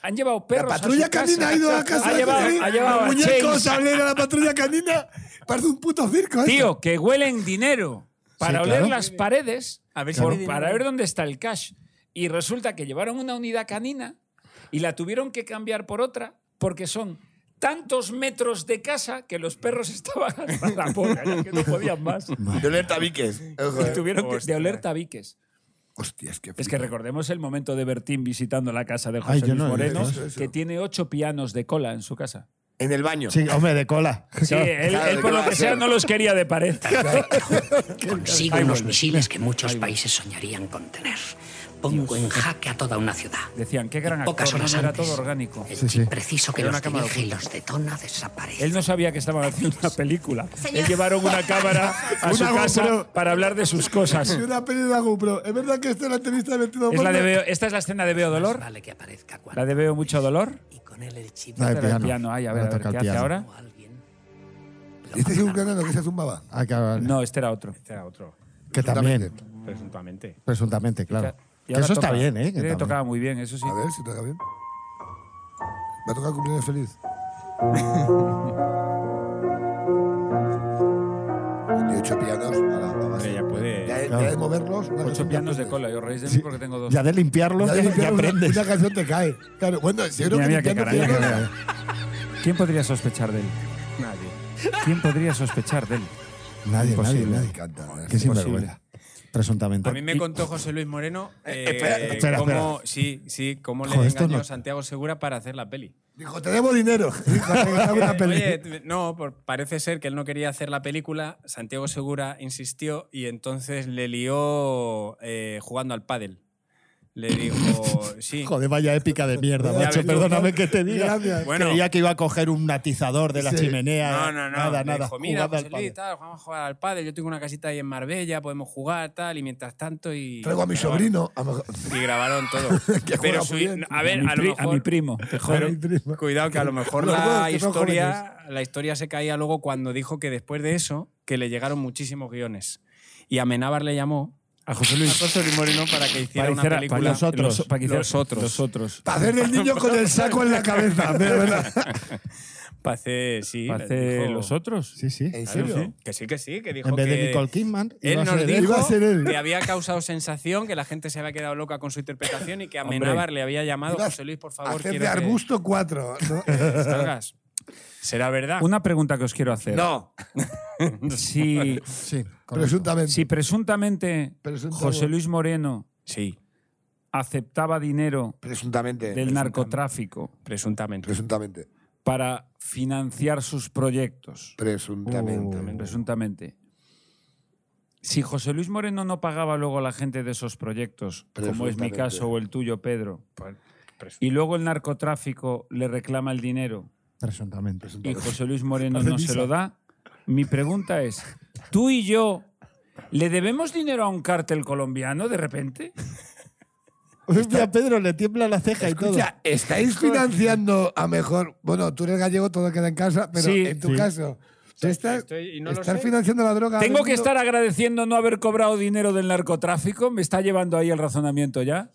Han llevado perros. a patrulla su casa. canina ha ido a casa Ha de llevado, Fermín, ha llevado los a muñecos Chase. a oler a la patrulla canina. Parece un puto circo. este. eso. Tío, que huelen dinero para Sí, oler claro. las paredes, A ver si por- hay dinero. para ver dónde está el cash. Y resulta que llevaron una unidad canina y la tuvieron que cambiar por otra porque son tantos metros de casa que los perros estaban hasta la boca, ya que no podían más. De oler tabiques. Y tuvieron que, de oler tabiques. Hostias, qué Es que recordemos el momento de Bertín visitando la casa de José Ay, yo Luis no he Moreno, visto eso. que tiene ocho pianos de cola en su casa. En el baño. Sí, hombre, de cola. Sí, él, Claro, él ¿qué por va lo a que sea hacer? no los quería de pared. Consigo Ahí unos vuelve. misiles que muchos países soñarían con tener. Pongo en jaque a toda una ciudad. Decían, qué gran En pocas actor, horas ¿no? era antes, todo orgánico. El chip preciso que Era los una cámara dirige y oculta. los detona desaparece. Él no sabía que estaban haciendo una película. Señor. Él llevaron una cámara a su Una casa GoPro. para hablar de sus cosas. Es una peli de la GoPro. Es verdad que esta es la entrevista de Bertino Es la de Borne? Veo- esta es la escena de Veo Dolor. Vale que aparezca cuando La de Veo Mucho Dolor. con él el chip. No, el Esta era el piano. piano. Ay, a ver, a ver, Ahora toca el ¿qué hace piano. ahora? Este es un canal que se zumbaba. Ah, que, vale. No, este era otro. Este era otro, que también, presuntamente. presuntamente, claro. Y Que ahora eso está toca. bien, ¿eh? Que Creo que también. tocaba muy bien, eso sí. A ver si toca bien. Me ha tocado cumpleaños feliz. De ocho pianos a la, a base. Ya puede. Ya, de- Claro. ya de moverlos. una Ocho canción pianos te aprendes. de cola. Yo reís de mí porque tengo dos. Ya de limpiarlos, Ya ya, de limpiar una- aprendes. Una canción te cae. Claro, bueno, si yo creo Mira, que mira qué limpiando cara, mira pianos- qué ¿Quién podría sospechar de él? Nadie. ¿Quién podría sospechar de él? Nadie, nadie, Imposible. nadie. Qué sinvergüenza. Presuntamente. A mí me contó José Luis Moreno eh, espera, espera, cómo, espera. Sí, sí, cómo le Joder, esto engañó no. Santiago Segura para hacer la peli. Dijo, te debo dinero. Dijo, "Hago una peli". Oye, t- no, por- parece ser que él no quería hacer la película, Santiago Segura insistió y entonces le lió eh, jugando al pádel. Le dijo, sí. Joder, vaya épica de mierda, Ya macho. ves tú. Perdóname que te diga. Gracias. Bueno. Creía que iba a coger un atizador de la Sí. chimenea. No, no, no. Nada, le nada. Dijo, mira, pues jugando al José Luis, pádel. tal, vamos a jugar al pádel. Yo tengo una casita ahí en Marbella, podemos jugar, tal, y mientras tanto y. Traigo a mi grabaron. sobrino. A lo mejor- Y grabaron todo. Que juega Pero muy su- bien. a ver, a, mi a lo pri- a mi mejor. primo. Te joder. Pero cuidado que a lo mejor Los juegos la que son historia, la historia se caía luego cuando dijo que después de eso que le llegaron muchísimos guiones y Amenábar le llamó a José Luis, Moreno para que hiciera Para una hiciera- película para nosotros, para que hiciera- los otros los otros. Para hacer del niño con el saco en la cabeza. de verdad. para hacer sí ¿Para le hacer dijo- los otros? Sí, sí. ¿En Claro, serio? que sí que sí que dijo En vez que de Nicole Kidman, iba él a nos ser él. Iba a ser dijo él. que había causado sensación, que la gente se había quedado loca con su interpretación y que Hombre. Amenábar le había llamado Iba a José Luis, por favor, Hacer quiero de que arbusto cuatro. ¿no? salgas". Será verdad. Una pregunta que os quiero hacer. No. Si, Sí, correcto. Presuntamente. si presuntamente Presuntamente. José Luis Moreno Sí, aceptaba dinero Presuntamente. del narcotráfico presuntamente. Presuntamente. para financiar sus proyectos, Uh, Presuntamente. presuntamente. Si José Luis Moreno no pagaba luego a la gente de esos proyectos, como es mi Presuntamente. caso o el tuyo, Pedro, presuntamente. y luego el narcotráfico le reclama el dinero Presuntamente. y José Luis Moreno Hace no se misa. lo da, mi pregunta es, ¿tú y yo le debemos dinero a un cártel colombiano de repente? Hostia, Pedro le tiembla la ceja y todo. Escucha, ¿estáis financiando a mejor? Bueno, tú eres gallego, todo queda en casa, pero Sí. en tu Sí. caso, ¿tú estás, Estoy- y no lo estás sé. financiando la droga? ¿Tengo del que mundo? estar agradeciendo no haber cobrado dinero del narcotráfico? ¿Me está llevando ahí el razonamiento ya?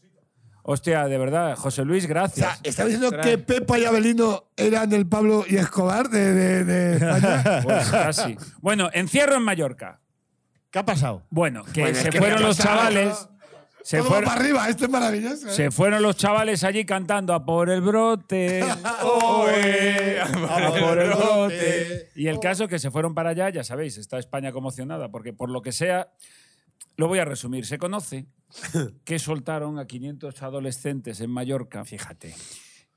Hostia, de verdad, José Luis, O sea, gracias. ¿estás diciendo que Pepa y Abelino eran el Pablo y Escobar de, de, de España? Pues casi. Bueno, encierro en Mallorca. ¿Qué ha pasado? Bueno, que Bueno, es se que fueron me ha los pasado, chavales. Se Todo va fueron, para arriba, esto es maravilloso. ¿eh? se fueron los chavales allí cantando a por el brote. Oe, a por el brote. Y el caso que se fueron para allá, ya sabéis, está España conmocionada, porque por lo que sea, lo voy a resumir. Se conoce que soltaron a 500 adolescentes en Mallorca. Fíjate.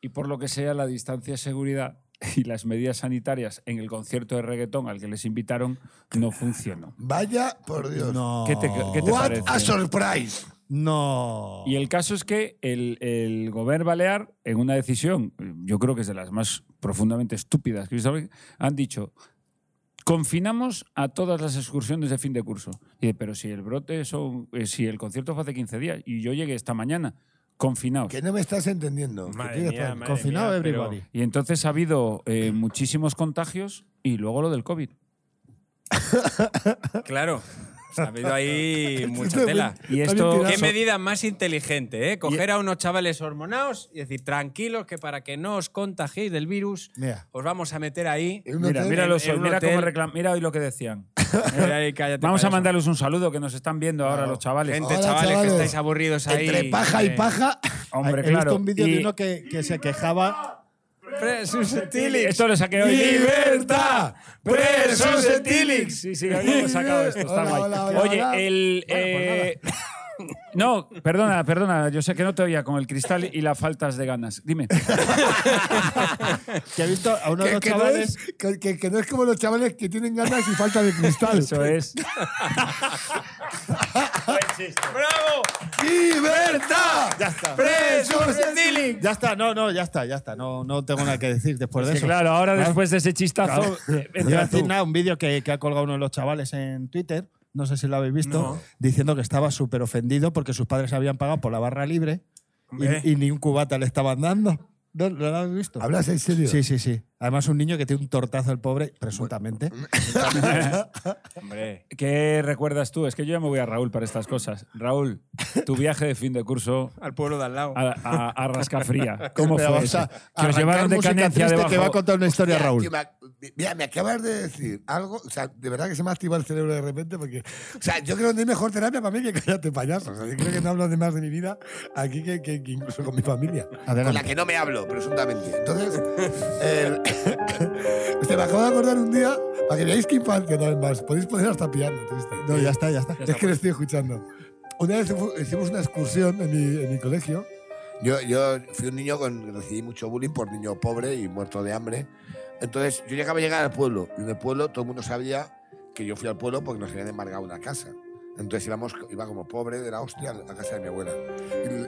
Y por lo que sea, la distancia de seguridad y las medidas sanitarias en el concierto de reggaetón al que les invitaron no funcionó. Vaya, por Dios. No. ¿Qué te, qué te What a parece? surprise. No. Y el caso es que el, el gobierno balear, en una decisión, yo creo que es de las más profundamente estúpidas que he visto, han dicho, confinamos a todas las excursiones de fin de curso. Y, pero si el brote, son, eh, si el concierto fue hace 15 días y yo llegué esta mañana, confinados. Que no me estás entendiendo. Madre Que tienes mía, razón. madre Confinado mía, pero- everybody. Y entonces ha habido eh, muchísimos contagios y luego lo del COVID. Claro. Ha habido ahí mucha Está bien- tela. Y está esto- bien Qué tirado. medida más inteligente, ¿eh? Coger a unos chavales hormonados y decir, tranquilos, que para que no os contagiéis del virus, Mira. os vamos a meter ahí. Mira, mira, los, mira, cómo reclam- mira hoy lo que decían. Vamos a mandarles un saludo que nos están viendo ahora los chavales. Gente, Hola, chavales, que chavales. estáis aburridos ahí. Entre paja y paja. Hombre, He claro. visto un vídeo Y- de uno que, que se quejaba. Presus Esto lo saqué hoy. ¡Libertad! ¡Presos etílix! Sí, sí, habíamos sacado esto. Está Eh, Hola, guay. hola, hola, Oye, hola. pues el. eh, no, perdona, perdona. Yo sé que no te oía con el cristal y las faltas de ganas. Dime. que he visto a uno de Que, los que no chavales. es, que, que- que no es como los chavales que tienen ganas y falta de cristal. Eso es. ¡Bravo! ¡Libertad! Ya está. ¡Presos etílix! Ya está, no, no, ya está, ya está. No, no tengo nada que decir después Es de que eso. claro, ahora después de ese Claro. chistazo. eh, No iba a entra decir tú. nada, un vídeo que, que ha colgado uno de los chavales en Twitter, no sé si lo habéis visto, No. diciendo que estaba súper ofendido porque sus padres habían pagado por la barra libre Hombre. y, y ni un cubata le estaban dando. ¿No, no lo habéis visto? ¿Hablas en serio? Sí, sí, sí. Además, un niño que tiene un tortazo el pobre, presuntamente. Hombre. ¿Qué recuerdas tú? Es que yo ya me voy a Raúl para estas cosas. Raúl, tu viaje de fin de curso Al pueblo de al lado. a, a- a Rascafría. ¿Cómo Espera, fue vamos eso? a Que os arrancar llevaron de música canencia triste debajo. que va a contar una historia, Mira, Raúl. tío, me ac- mira, me acabas de decir algo. O sea, de verdad que se me ha activado el cerebro de repente porque. O sea, yo creo que no hay mejor terapia para mí que cállate payaso. O sea, yo creo que no hablo de más de mi vida aquí que, que- que incluso con mi familia. Adelante. Con la que no me hablo, presuntamente. Entonces, el- Hostia, me acabo de acordar un día, para que veáis qué infancia nada más. Podéis poner hasta piano, triste. No, ya está, ya está. Es que lo estoy escuchando. Una vez fu- hicimos una excursión en mi, en mi colegio. Yo, yo fui un niño con. Recibí mucho bullying por niño pobre y muerto de hambre. Entonces, yo llegaba a llegar al pueblo. Y en el pueblo todo el mundo sabía que yo fui al pueblo porque nos habían embargado una casa. Entonces íbamos, iba como pobre de la hostia a la casa de mi abuela.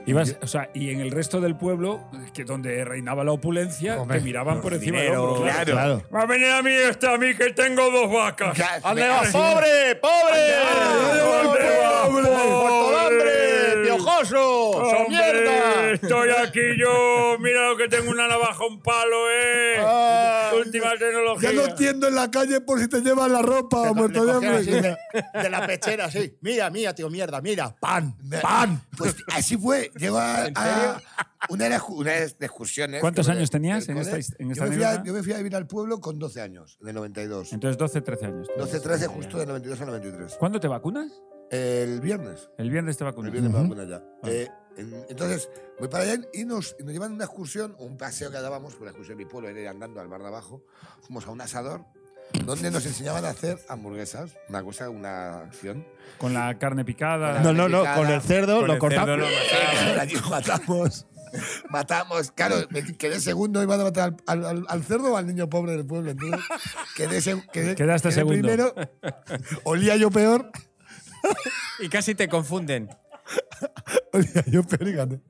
Y- y Ibas- yo- o sea, y en el resto del pueblo, que donde reinaba la opulencia, Hombre, te miraban por los encima dineros, del hombro. Claro. Claro. Va a venir a mí esta, a mí que tengo dos vacas. Ya, ¡Ande, me- va, pobre! ¡Pobre! ¡Ande, va, pobre! ¡Piojoso! ¡Hombre, Estoy aquí yo. Mira lo que tengo una navaja, un palo, eh. Ah, Última tecnología. Ya no tiendo en la calle por si te llevan la Ah, ropa, muerto de cogían así hambre. de, de la pechera, sí. Mira, mira, tío, mierda, mira. ¡Pan! me- ¡Pan! Pues así fue. Llegó a, a- una, de las, ju- una de las excursiones. ¿Cuántos que- años tenías del en esta cole. his- en Yo esta me fui a- anécdota? Yo me fui a vivir al pueblo con 12 años, en el 92. Entonces, 12, 13 años. 12, 13, justo de 92 a 93. ¿Cuándo te vacunas? El viernes. El viernes te vacunas. El viernes me Ujú. vacunan ya. Eh, en- entonces, voy para allá y nos, y nos llevan a una excursión, un paseo que dábamos, por la excursión de mi pueblo, era ir andando al bar de abajo. Fuimos a un asador donde nos enseñaban a hacer hamburguesas, una cosa, una acción. Con la carne picada. No, no, no, con el cerdo Con lo el cortamos. cerdo lo matamos. Ahora, tío, matamos. Matamos, claro, me quedé segundo, iba a matar al, al- al cerdo o al niño pobre del pueblo. Entonces, quedé, se- quedé, Quedaste quedé segundo. Primero, Olía yo peor. Y casi te confunden. Olía yo peor, fíjate.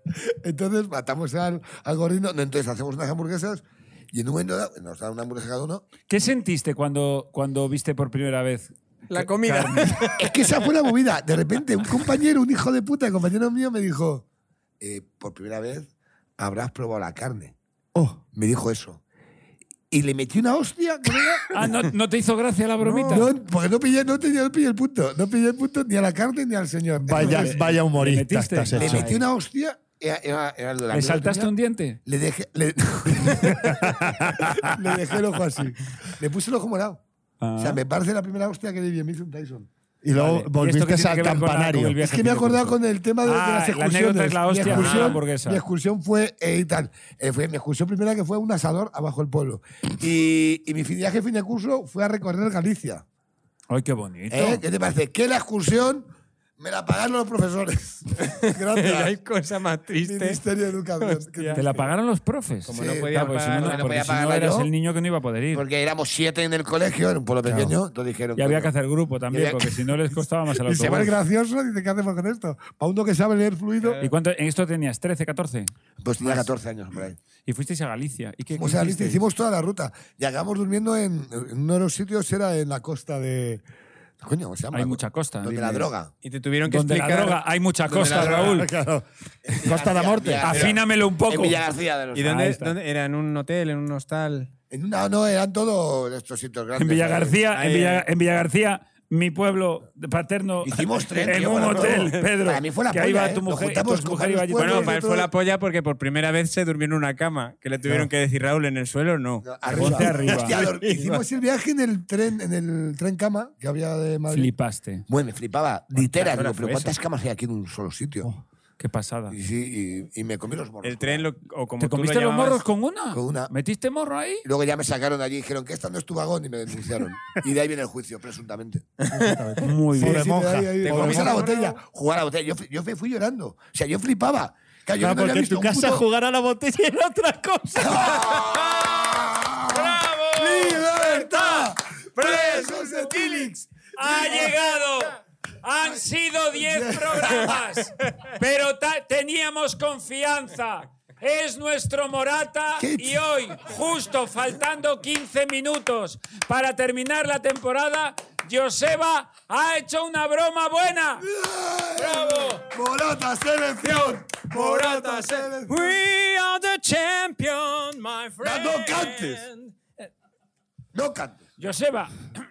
Entonces matamos al, al gorrino. No, entonces hacemos unas hamburguesas y en un momento dado nos dan una hamburguesa cada uno. ¿Qué sentiste cuando, cuando viste por primera vez? La comida. Es que esa fue la movida. De repente, un compañero, un hijo de puta, compañero mío, me dijo. eh, por primera vez habrás probado la carne. Oh. Me dijo eso. Y le metí una hostia, colega. Ah, ¿no, no te hizo gracia la bromita? No, porque no pillé, no, tenía, no pillé el punto. No pillé el punto ni a la carne ni al señor. Vaya, Entonces, ¿Le vaya humorista metiste? estás Le hecho. le metí una hostia. Era, era- era lo de la ¿Le amiga saltaste que un tenía. diente? Le dejé, le, Le dejé el ojo así. le puse el ojo morado. O Ah. sea, me parece la primera hostia que le vi a Mason Tyson. Y luego Vale. ¿Y esto qué volviste tiene al que ver con la- con el campanario. viaje Es que me he al fin de acordado curso? con el tema de, de Ah, las la excursiones. anécdota es la hostia, mi, no la excursión, hamburguesa. mi excursión fue eh, y tal. Eh, fue mi excursión primera que fue a un asador abajo el pueblo. Y, y mi fin- viaje fin de curso fue a recorrer Galicia. Ay, qué bonito. ¿Eh? ¿Qué te parece? Que la excursión Me la pagaron los profesores. Gracias. Hay cosa más triste. Ministerio de Educación. Que- Te la pagaron los profes. Como Sí. no podía Ah, pues si pagar- no, no porque podía si no pagarla eras yo. el niño que no iba a poder ir. Porque éramos siete en el colegio, era un pueblo pequeño, entonces dijeron. Y había coño, que hacer grupo también, Y había- porque si no les costaba más el Y se va el autobús. gracioso, dice, ¿qué hacemos con esto? Para uno que sabe leer fluido. ¿Y cuánto, en esto tenías? ¿13, 14? Pues tenía 14 años por ahí. Y fuisteis a Galicia. ¿Y qué, O qué sea, listo, hicisteis? hicimos toda la ruta. Llegamos durmiendo en, en uno de los sitios, era en la costa de. Coño, ¿cómo se llama? Hay mucha costa. Donde dime. la droga. Y te tuvieron que Donde la explicar- droga hay mucha Donde costa, la droga, Raúl. claro. Costa de Morte. García. Afínamelo un poco. En Villa García de los ¿Y Ahí dónde, está. dónde era? ¿En un hotel? ¿En un hostal? En una, no, eran todos estos sitios grandes. En Villa García, en Ahí, Villa, eh. ahí. en Villa García, mi pueblo de paterno. eh, Hicimos tren, En tío, un para hotel, todo. Pedro. Para mí fue la que ahí polla, va ¿eh? tu Nos mujer, tu juntamos con mujer iba allí. varios Bueno, también. para él fue la polla porque por primera vez se durmió en una cama, que le tuvieron que decir Raúl en el suelo, no. Arriba. Ponte arriba. Hostia, lo- hicimos- Hicimos el viaje en el tren, en el tren cama que había de Madrid. Flipaste. Bueno, me flipaba. Ditera, hora digo, fue pero ¿cuántas camas hay aquí en un solo sitio? Qué pasada. Y, sí, y, y me comí los morros. El tren, lo- o como ¿Te tú lo comiste los llamabas- morros con una? Con una. ¿Metiste morro ahí? Y Luego ya me sacaron de allí y dijeron que esta no es tu vagón y me denunciaron. y de ahí viene el juicio, presuntamente. Muy Sí, bien. sí, de ahí, ahí, Te o de comiste la morro. botella. Jugar a la botella. Yo, fui- yo me fui llorando. O sea, yo flipaba. Claro, yo Ah, no había porque en visto tu un casa puto- jugar a la botella era otra cosa. ¡Libertad! ¡Presos de Tilix! ha llegado. Han sido 10 programas, pero ta- teníamos confianza. Es nuestro Morata y hoy, justo faltando 15 minutos para terminar la temporada, Joseba ha hecho una broma buena. ¡Bravo! ¡Morata selección! ¡Morata selección! We are the champion, my friend. ¡No cantes! ¡No cantes! Joseba,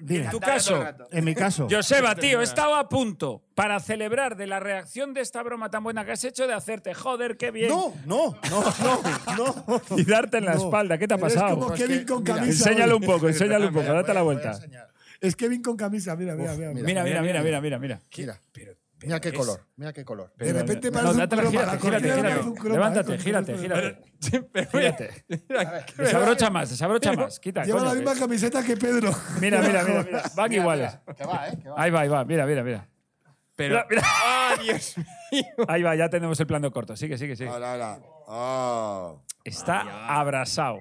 en tu caso, En mi caso. Joseba, tío, estaba a punto para celebrar de la reacción de esta broma tan buena que has hecho de hacerte joder, qué bien. No, no, no, no, no. Y darte en la No. espalda, ¿qué te ha Eres pasado? como Pues Kevin que, con mira, camisa. Enséñalo un hoy. poco, enséñalo un poco, date la Voy a vuelta. enseñar. Es Kevin con camisa, mira, mira, mira. mira. Mira, mira, mira, mira, mira, mira. Mira, mira qué color, mira qué color. De repente No, parece un date la- croma, gírate, la cortina gírate, parece gírate. un croma, Levántate, ¿eh? gírate, gírate. Pero- Gírate. Desabrocha más, desabrocha más. Quita, Lleva coño, la misma eh. que- camiseta que Pedro. Mira, mira, mira, mira. Van iguales. Que va, eh, que va. Ahí va, ahí va. Mira, mira, mira. Pero, Mira, mira. ¡Ah, Dios mío! Ahí va, ya tenemos el plano corto. Sigue, sigue, sigue. Ahora, ahora. Oh. Está abrazado.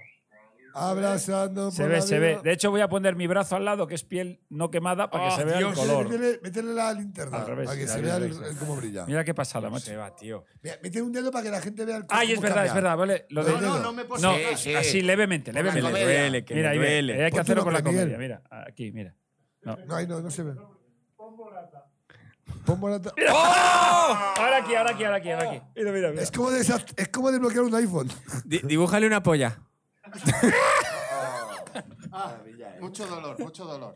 Abrazando. Se por ve, la se ve. vida. De hecho, voy a poner mi brazo al lado, que es piel no quemada, para que se vea el Métele- color. Métele, métele la linterna. Al revés, para que la se vea el- linterna. el cómo brilla. Mira qué pasada, macho. tío. Mira, Mete un dedo para que la gente vea el Ay, es cómo verdad, cambia. es verdad, ¿vale? Lo de- No, no, no me No, Sí, sí. así levemente, Que le levemente. duele, que Mira, le ahí ve, duele. Hay que Ponte hacerlo uno con la para Miguel. comedia. Mira, aquí, mira. No, ahí no, no se ve. Pon morata. Ahora aquí, ahora aquí, ahora aquí, ahora aquí. Mira, mira, mira. Es como, desact- es como desbloquear un iPhone. Di- dibújale una polla. Mucho dolor, mucho dolor.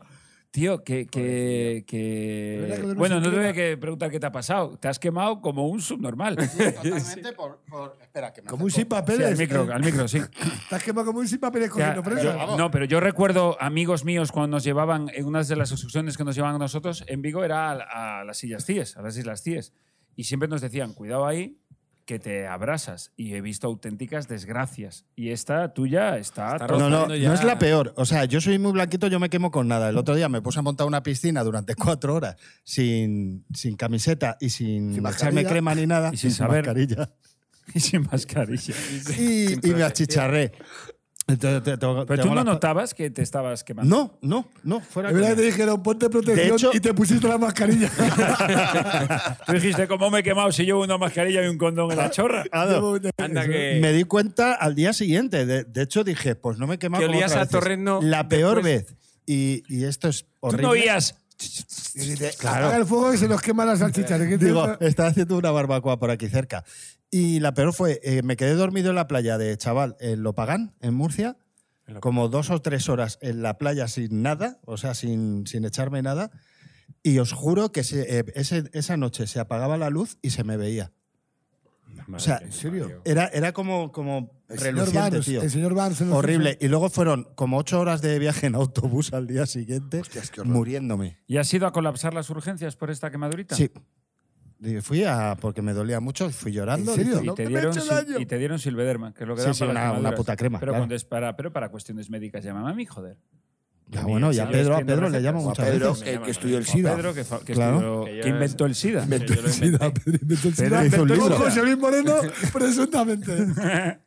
Tío, que. que, que- verdad que no Bueno, se no te voy quema. a que preguntar qué te ha pasado. Te has quemado como un subnormal. Totalmente por, por- Espera, que me Como un acerco. sin Sí, papeles. al micro, al micro, sí. Estás quemado como un sin papeles cogiendo Ya, yo- presa. no, pero yo recuerdo amigos míos cuando nos llevaban, en una de las excursiones que nos llevaban a nosotros en Vigo era a, a las Islas Cíes, a las Islas Cíes. Y siempre nos decían, cuidado ahí, que te abrasas. Y he visto auténticas desgracias. Y esta tuya está... Está to- No, no, rozando ya. no es la peor. O sea, yo soy muy blanquito, yo me quemo con nada. El otro día me puse a montar una piscina durante cuatro horas sin, sin camiseta y Sin sin, echarme mascarilla. crema ni nada. Y sin saber. mascarilla. y sin mascarilla. Y, y me achicharré. Entonces, te- tengo- Pero tú tengo no la- notabas que te estabas quemando. No, no, no, fuera Es verdad que coña. te dijeron, ponte protección De hecho- y te pusiste la mascarilla. Tú dijiste, ¿cómo me he quemado si llevo una mascarilla y un condón Ah, en la chorra? Ado, Anda que. me di cuenta al día siguiente. De, de hecho, dije, pues no me he quemado Que como olías otras a veces. torrezno La peor después. vez. Y, y esto es Tú horrible. no oías. Y dice, Claro. apaga el fuego y se nos queman las salchichas. ¿eh? ¿Qué te- Digo, estaba haciendo una barbacoa por aquí cerca. Y la peor fue, eh, me quedé dormido en la playa de Chaval, en Lopagán, en Murcia, como dos o tres horas en la playa sin nada, o sea, sin, sin echarme nada. Y os juro que se- eh, ese- esa noche se apagaba la luz y se me veía. o sea, ¿En serio? era, era como, como El señor reluciente, Barnes, tío. el señor Barnes se nos Horrible. Y luego fueron como ocho horas de viaje en autobús al día siguiente, Hostias, qué horror. muriéndome. ¿Y has ido a colapsar las urgencias por esta quemadurita? Sí. Y Fui a. porque me dolía mucho, fui llorando. ¿En serio? dije, Y "No, te, que me ha dieron, hecho sil- daño". y te dieron Silvederma, que es lo que Sí, dan sí, para una- las una quemaduras. puta crema, Pero, claro. cuando es para, pero para cuestiones médicas, llama a mí, joder. Ya, bueno, ya Pedro, a Pedro le llama O a muchas Pedro, veces. que- que estudió el SIDA. Pedro, que fa- que estudió- Que que inventó el SIDA. Inventó Que yo el lo SIDA. inventé. Pedro inventó el Pedro SIDA. hizo un Con libro. José Luis Moreno, presuntamente.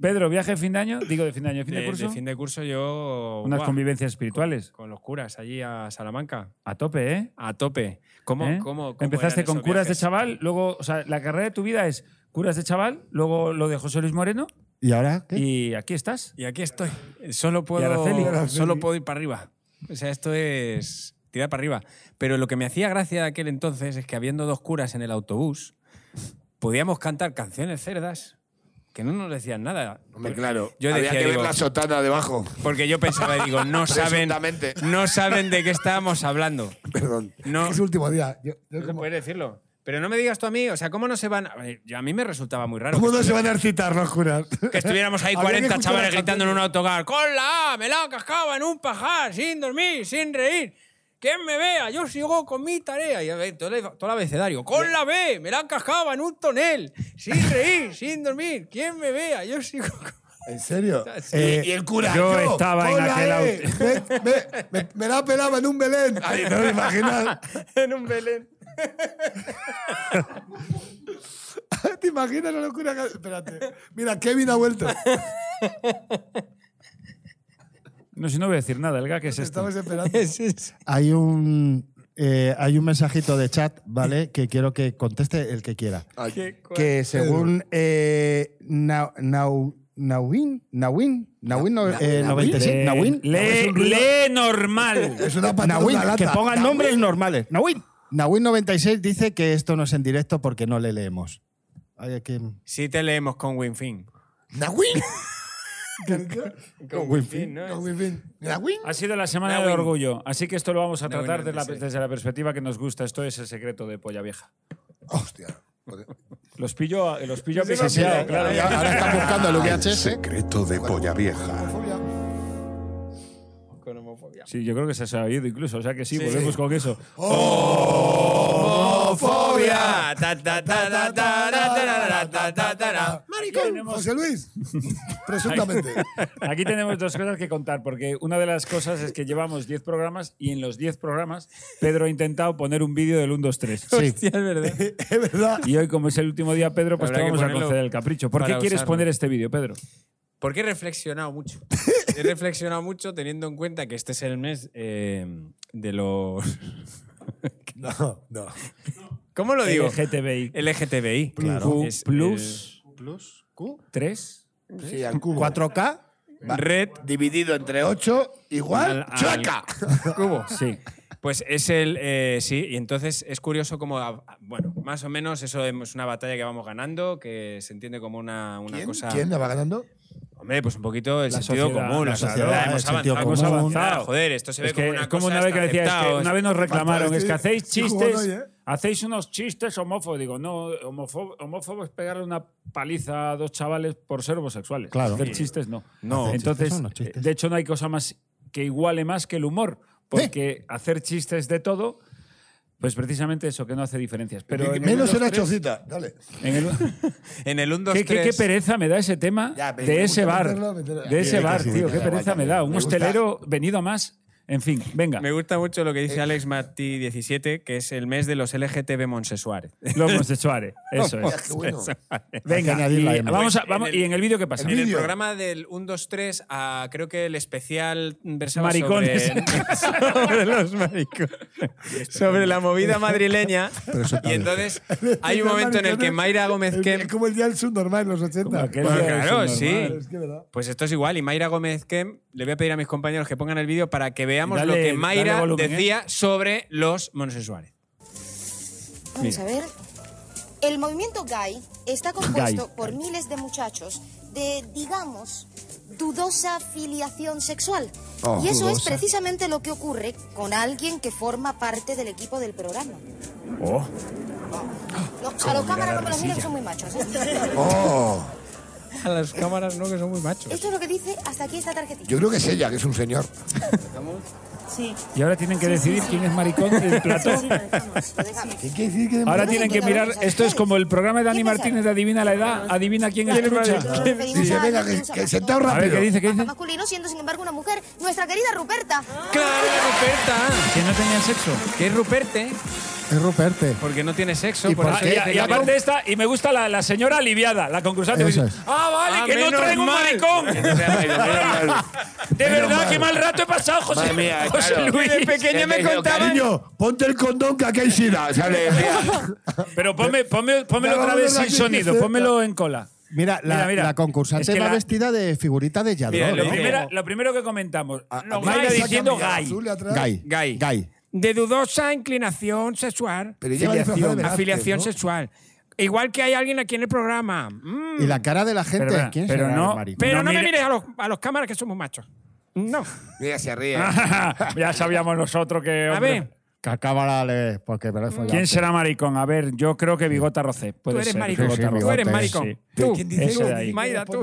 Pedro, viaje de fin de año, digo de fin de año, fin de, De- curso. de fin de curso yo... Unas ¡guau! convivencias espirituales. Con los curas allí a Salamanca. A tope, ¿eh? A tope. ¿Cómo, ¿Eh? cómo, cómo Empezaste eran con esos curas viajes? de chaval, luego, o sea, la carrera de tu vida es curas de chaval, luego lo de José Luis Moreno ¿Y ahora qué? y aquí estás. Y aquí estoy. Solo Araceli. puedo, Araceli. solo puedo ir para arriba. O sea, esto es tirar para arriba. Pero lo que me hacía gracia de aquel entonces es que habiendo dos curas en el autobús, podíamos cantar canciones cerdas que no nos decían nada. Hombre, claro. Yo Había decía, que digo, ver la sotana debajo. Porque yo pensaba, digo, no saben, Presuntamente. no saben de qué estábamos hablando. Perdón. No, Es su último día. Yo- yo no como- puedes decirlo. Pero no me digas tú a mí, o sea, ¿cómo no se van? A, yo- a mí me resultaba muy raro. ¿Cómo que no se estuviera- van a excitar los curas? que estuviéramos ahí Habría que 40 escuchar chavales la gritando en un canción. autocar. ¡Con la A! Me la han cascado en un pajar, sin dormir, sin reír. ¿Quién me vea? Yo sigo con mi tarea. Y a ver, todo, el, todo el abecedario. ¡Con la B! Me la han cascado en un tonel, sin reír, sin dormir. ¿Quién me vea? Yo sigo con... ¿En serio? Eh, y el cura. yo estaba en hola, aquel eh, me, me- me- me la pelaba en un Belén. Ay, no me imaginas. en un Belén. ¿Te imaginas la locura? que- Espérate. Mira, Kevin ha vuelto. No, si no voy a decir nada, el gag es este. Estamos esperando. Hay un, eh, hay un mensajito de chat, ¿vale? Que quiero que conteste el que quiera. Ay, que según eh, Na- Nau- Nauin, Nauin, Nauin, no- eh, 96, Lee- Nauin, Lee, lee normal. Es una patata. Nauin, una que lata. pongan nombres normales. Nauin. Nauin 96 dice que esto no es en directo porque no le leemos. Hay aquí- Sí te leemos con Winfin. Nahuin. Con Winfin, ¿no? Nahuin. Nahuin. Ha sido la semana del Darwin. orgullo, así que esto lo vamos a Darwin tratar desde la, 96. desde la perspectiva que nos gusta. Esto es el secreto de Polla Vieja. Hostia. Joder. Los pillo, a- los pillo a Sí, sí, pisoteado, ahora- claro. ahora están buscando el VHS. Secreto de polla vieja. Con homofobia. Sí, yo creo que se ha sabido incluso, o sea que sí, volvemos con eso. ¡Homofobia! Ta, ta, ta, ta, ta, ta, ta, ta, ta, ta, ta, ta. Maricón. José Luis. Presuntamente. Aquí tenemos dos cosas que contar, porque una de las cosas es que llevamos 10 programas y en los 10 programas Pedro ha intentado poner un vídeo del 1, 2, 3. Hostia, es verdad. Es verdad. Y hoy, como es el último día, Pedro, pues Habrá te que vamos a ponerlo conceder el capricho. ¿Por qué para quieres usarlo. poner este vídeo, Pedro? Porque he reflexionado mucho. he reflexionado mucho teniendo en cuenta que este es el mes eh, de los. No, no. ¿Cómo lo digo? LGTBI. LGTBI. Q Es plus Plus, Q, 3. Sí, al cubo. 4K. el red Dividido entre 8, igual, Al- al- chueca. cubo. Sí. Pues es el. eh, sí, y entonces es curioso como. a- a- Bueno, más o menos eso es una batalla que vamos ganando, que se entiende como una, una ¿Quién? cosa. ¿Quién la va ganando? Hombre, pues un poquito el La sentido sociedad, común, la la sociedad. sociedad, hemos, el avanzado, sentido común. hemos avanzado. Avanzado. Joder, esto se Es ve como que, una es como cosa una vez que hasta decía, es que aceptado, una vez nos reclamaron, Fatal, es que sí. hacéis Sí, jugando chistes, hoy, ¿eh? hacéis unos chistes homófobos. Digo, no, homófobo, homófobo es pegarle una paliza a dos chavales por ser homosexuales. Claro. Hacer Sí. chistes no. No. Hacer chistes Entonces, eh, son los chistes. de hecho, no hay cosa más que iguale más que el humor, Eh. porque hacer chistes de todo, pues precisamente eso, que no hace diferencias. Pero en el Menos 1, una 2, 3, chocita. Dale. en el- En el 1, 2, ¿Qué, qué- qué pereza me da ese tema Ya, pero de me ese gusta bar. meterlo, meterlo. De ese Sí, bar, sí, tío. sí, Qué sí, pereza sí, me da. Un me gusta. hostelero venido a más. En fin, venga. Me gusta mucho lo que Eh. dice Alex Martí 17, que es el mes de los LGTB Monsesuárez. Los homosexuales. Eso Hostia, es. qué bueno. Hay que Venga, añadir la y M. vamos a- Pues, vamos- en el- ¿y en el vídeo qué pasa? En el Vídeo. programa del 1, 2, 3, ah, creo que el especial versaba Maricones. sobre, sobre los maricones. sobre la movida madrileña. Y entonces hay un momento en el que Mayra Gómez Es Kemp. como el día del subnormal en los 80. aquel Bueno, día de claro, subnormal. sí. Claro, es que verdad. Pues esto es igual. Y Mayra Gómez Kemp, le voy a pedir a mis compañeros que pongan el vídeo para que veamos Dale- lo que dale Mayra volumen, ¿eh? decía sobre los monsesuárez. Vamos Mira. a ver. El movimiento gay está compuesto Gay. por miles de muchachos de, digamos, dudosa filiación sexual. Oh, y eso es dudosa. precisamente lo que ocurre con alguien que forma parte del equipo del programa. Oh. No, a los cámaras no me los miren, son muy machos. ¿eh? Oh, a las cámaras, ¿no? Que son muy machos. Esto es lo que dice hasta aquí esta tarjetita. Yo creo que es ella, que es un señor. Sí. Y ahora tienen que decidir quién es maricón del plató. ¿Qué quiere decir que Ahora tienen que mirar, esto es como el programa de Dani Martínez de Adivina la Edad, adivina quién es trucha. Dice, venga, que, que sentado A ver, rápido. ¿qué dice? ¿Qué dice? Masculino siendo sin embargo una mujer, nuestra querida Ruperta. Ruperta. Que no tenían sexo. Que es Ruperte, Es Ruperte. porque no tiene sexo. ¿Y por por eso qué? dice Ah, Y, que- aparte esta, y me gusta la, la señora aliviada, la concursante. Eso dice, es. Ah, vale, Ah, que no menos traigo un mal. maricón. De verdad, mal. qué mal rato he pasado, José, Madre mía, José claro. Luis. De pequeño me contaban. Niño, ponte el condón que aquí hay sida. ¿sabes? Pero ponme, ponme- pónmelo Ya, otra vámonos vez de sin aquí, sonido, que pónmelo en cola. Mira, la, Mira, mira. la concursante Es que va la- vestida de figurita de Ah, Yadro. Mira, Lo, Lo primera- mismo. lo primero que comentamos, a mí Mayra me saca diciendo mirada gay. azul atrás. Gay. Gay. Gay. de dudosa inclinación sexual. Pero ella va disfrazada de Velázquez, afiliación ¿no? sexual. Igual que hay alguien aquí en el programa. Mm. Y la cara de la gente. Pero, espera, ¿Quién pero será el no- maricón? Pero No no, me mire- mires a los, a los cámaras que somos machos. No. Mira, se ríe. ya sabíamos nosotros que... A hombre, ver, Que acaba la... Porque me lo he follado. ¿Quién será maricón? A ver, yo creo que Bigota Rocé. Puede tú eres ser, maricón. Bigota tú Rocé, eres sí. maricón. Pero Tú. ¿quién dice Ese de ahí. Mayra, tú.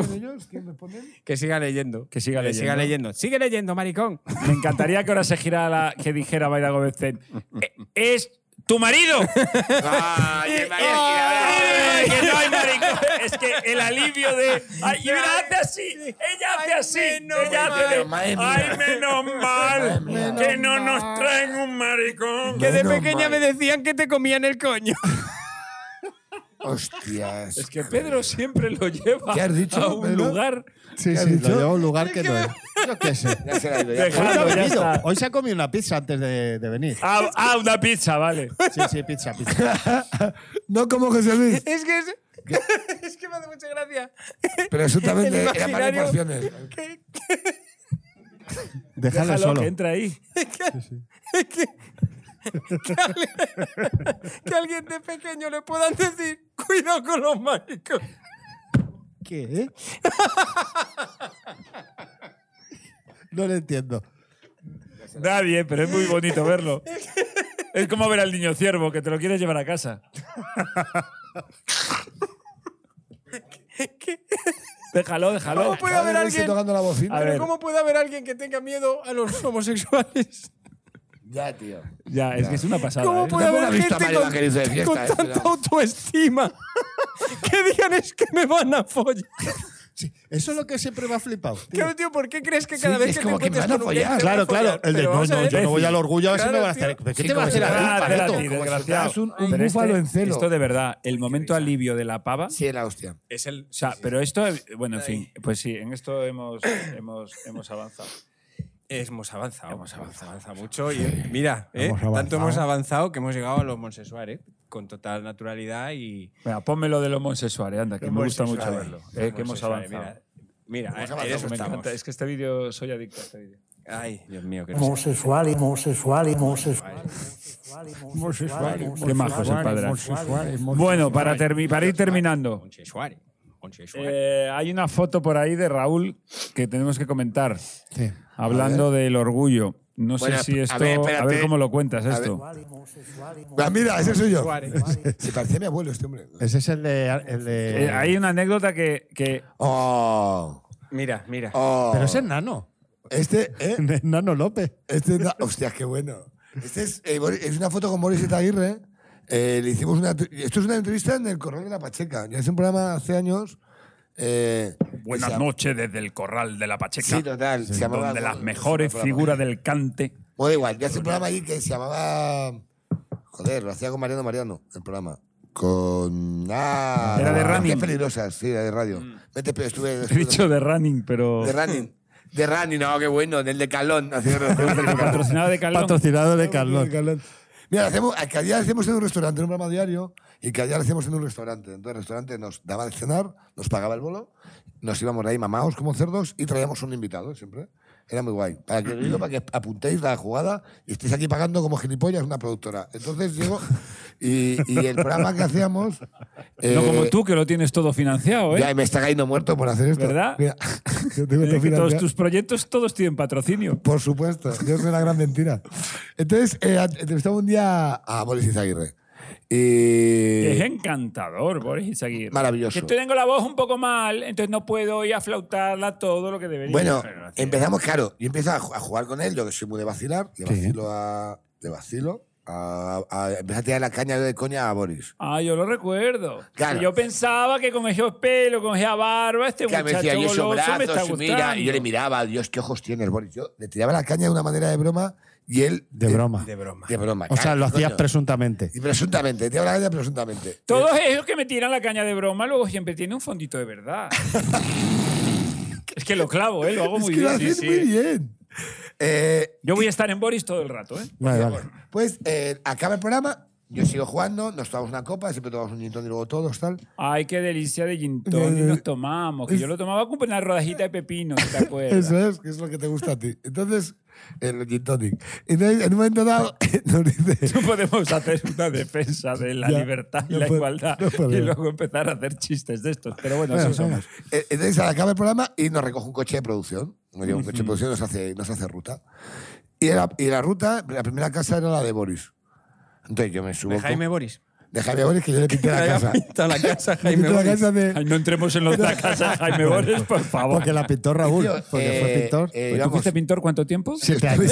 Que siga leyendo. Que siga leyendo. siga leyendo. Sigue leyendo, maricón. Me encantaría que ahora se girara, que dijera Mayra Gómez Zen, "Eh, ¡Es tu marido! Ay, qué Ay, que no hay maricón. Es que el alivio de. Ay, y mira, hace así. Ella hace así. ella hace de. madre mía. Ay, menos mal. Que no nos traen un maricón. Que de Menos pequeña mal. me decían que te comían el coño. Hostias. Es que Pedro siempre lo lleva ¿Qué has dicho, a un Pedro? lugar. Sí, sí, lo lleva a un lugar que no es. Yo qué sé. Ya se la ha ido, ya. Hoy, se ha Dejadlo, ya venido. está. Hoy se ha comido una pizza antes de, de venir. Ah, ah, una pizza, vale. Sí, sí, pizza, pizza. No como José Luis. es que es, es que me hace mucha gracia. Ah, Pero El absolutamente eran imaginario- más proporciones. Que- Déjalo, Déjalo solo. que entra ahí. que a alguien de pequeño le puedan decir, cuidado con los maricos. ¿Qué? no lo entiendo. Nadie, pero es muy bonito verlo. Es como ver al niño ciervo que te lo quieres llevar a casa. Déjalo, déjalo. ¿Cómo puede haber Luis alguien? tocando la bocina. A ver. Pero ¿cómo puede haber alguien que tenga miedo a los homosexuales? Ya, tío. Ya, es que es una pasada. ¿Cómo ¿eh? puede Tampoco la haber he visto a gente Mario con, Vaquerizo de fiesta, con eh, tanta cuidado. autoestima? que digan es que me van a follar. Sí, eso es lo que siempre me ha flipado. tío. Claro, tío, ¿por qué crees que cada Sí, vez es que como te que me van a encuentres con un gay te follar. van a Claro, claro. follar? El de Pero no, vamos a no, ver. yo no voy al orgullo, a ver si Claro, me va a hacer. tío. ¿Qué Sí, te va a como si hacer a Ah, ti, fuera- paleto? espérate, como si desgraciado. fueras un- un Pero este- búfalo en celo. Esto de verdad, el momento alivio de la pava. Sí, la hostia. Es el O sea, pero esto, eh, bueno, en fin, pues sí, en esto hemos, hemos, hemos avanzado. Hemos avanzado. Hemos Hemos avanzado. avanzado. mucho. Y, mira, ¿eh? Hemos tanto avanzado. hemos avanzado que hemos llegado a los Monsesuar, ¿eh? con total naturalidad y. Venga, ponme lo de los homosexuales, anda, que me gusta mucho Homosexuales. verlo. eh, que hemos Homosexuales, avanzado. Mira, eh, mira en eso Me estamos. encanta, es Ah, que este vídeo, soy adicto a este vídeo. Ay, Dios mío, que no sé. Homosexual, homosexual, homosexual. Qué majo es el padre. Bueno, para, termi- para ir terminando, Monsesuare. Monsesuare. eh, hay una foto por ahí de Raúl que tenemos que comentar, hablando del orgullo. No Bueno, sé si a esto. A ver, ver, espérate. cómo lo cuentas A ver. esto. Ah, mira, ese soy yo. Se parecía a mi abuelo este hombre. Ese es el de. El de Eh, hay una anécdota que, que Oh. Mira, mira. Oh. Pero ese es Nano. Este, ¿eh? Nano López. Este, da- hostias, qué bueno. Este es, eh, Boris- es una foto con Boris Etaguirre. Eh, le hicimos una, esto es una entrevista en el Correo de la Pacheca. Yo hice un programa hace años. eh, que se Buenas llama- noches desde el Corral de la Pacheca. Sí, total. Se llamaba- donde las se mejores llamaba el programa. figuras del cante. Bueno, da igual, yo hacía un programa allí que se llamaba. Joder, lo hacía con Mariano Mariano, el programa. Con. Ah, Era de Mentes running. Mm. peligrosas, sí, era de radio. Mentes, pero estuve. He dicho de running, pero. De running. De running, no, qué bueno, del de Calón. haciendo- Patrocinado de Calón. Patrocinado de Carlos. Mira, lo hacemos, al que día hacemos en un restaurante, en un programa diario, y que día lo hacemos en un restaurante. Entonces el restaurante nos daba de cenar, nos pagaba el bolo, nos íbamos de ahí mamados como cerdos y traíamos un invitado siempre. Era muy guay. Para que, digo, para que apuntéis la jugada y estéis aquí pagando como gilipollas una productora. Entonces llego y, y el programa que hacíamos... no eh, como tú, que lo tienes todo financiado, ¿eh? Ya, me está cayendo muerto por hacer esto. ¿Verdad? Mira, yo tengo todo Es Eh, que todos financiado. tus proyectos todos tienen patrocinio. Por supuesto, yo soy la gran mentira. Entonces, eh, entrevistaba un día a Boris Izaguirre. Y... Es encantador, Boris Aguirre. Maravilloso. Que tengo la voz un poco mal, entonces no puedo ir a flautarla todo lo que debería. Bueno, Pero gracias. empezamos, claro. Yo empiezo a ju- a jugar con él, yo que soy muy de vacilar. Le vacilo a. Le vacilo. A, a, empecé a tirar la caña de coña a Boris. Ah, yo lo recuerdo. Claro. Que Yo pensaba que con esos pelos, con esa barba, este Claro, me muchacho decía, y esos goloso me está brazos, y gustando. mira. Y yo le miraba, Dios, qué ojos tienes, Boris. Yo le tiraba la caña de una manera de broma y él. De broma. De broma. De broma. O sea, claro, lo hacías coño. presuntamente. Y presuntamente, le tiraba la caña presuntamente. Todos esos que me tiran la caña de broma luego siempre tienen un fondito de verdad. es que lo clavo, ¿eh? lo hago Es muy que lo bien. sí, haces sí. muy bien. Eh, Yo voy a estar en Boris todo el rato. ¿eh? Vale, vale. Pues eh, acaba el programa, yo sigo jugando, nos tomamos una copa, siempre tomamos un gin tonic luego todos, tal. Ay, qué delicia de gin tonic nos tomamos. Que yo lo tomaba con una rodajita de pepino, si te acuerdas. Eso es, que es lo que te gusta a ti. Entonces, el gin tonic. Entonces, en un momento dado, nos dice... No podemos hacer una defensa de la Ya, libertad y no la puede- igualdad no y podemos. luego empezar a hacer chistes de estos. Pero bueno, Bueno, eso somos. Eh, Entonces acaba el programa y nos recoge un coche de producción. Nos lleva un coche de producción y nos hace, nos hace ruta. Y la, y la ruta, la primera casa era la de Boris. Entonces yo me subo. De con- Jaime Boris. De Jaime Boris, que yo le pinté la casa. Pinta la casa, Yo Jaime tengo la Boris. casa de... Ay, no entremos en los de la casa de Jaime Boris, por favor. Porque la pintó Raúl. Tío, Porque eh, fue pintor. Pues eh, ¿Tú vamos, fuiste pintor cuánto tiempo? Siete años.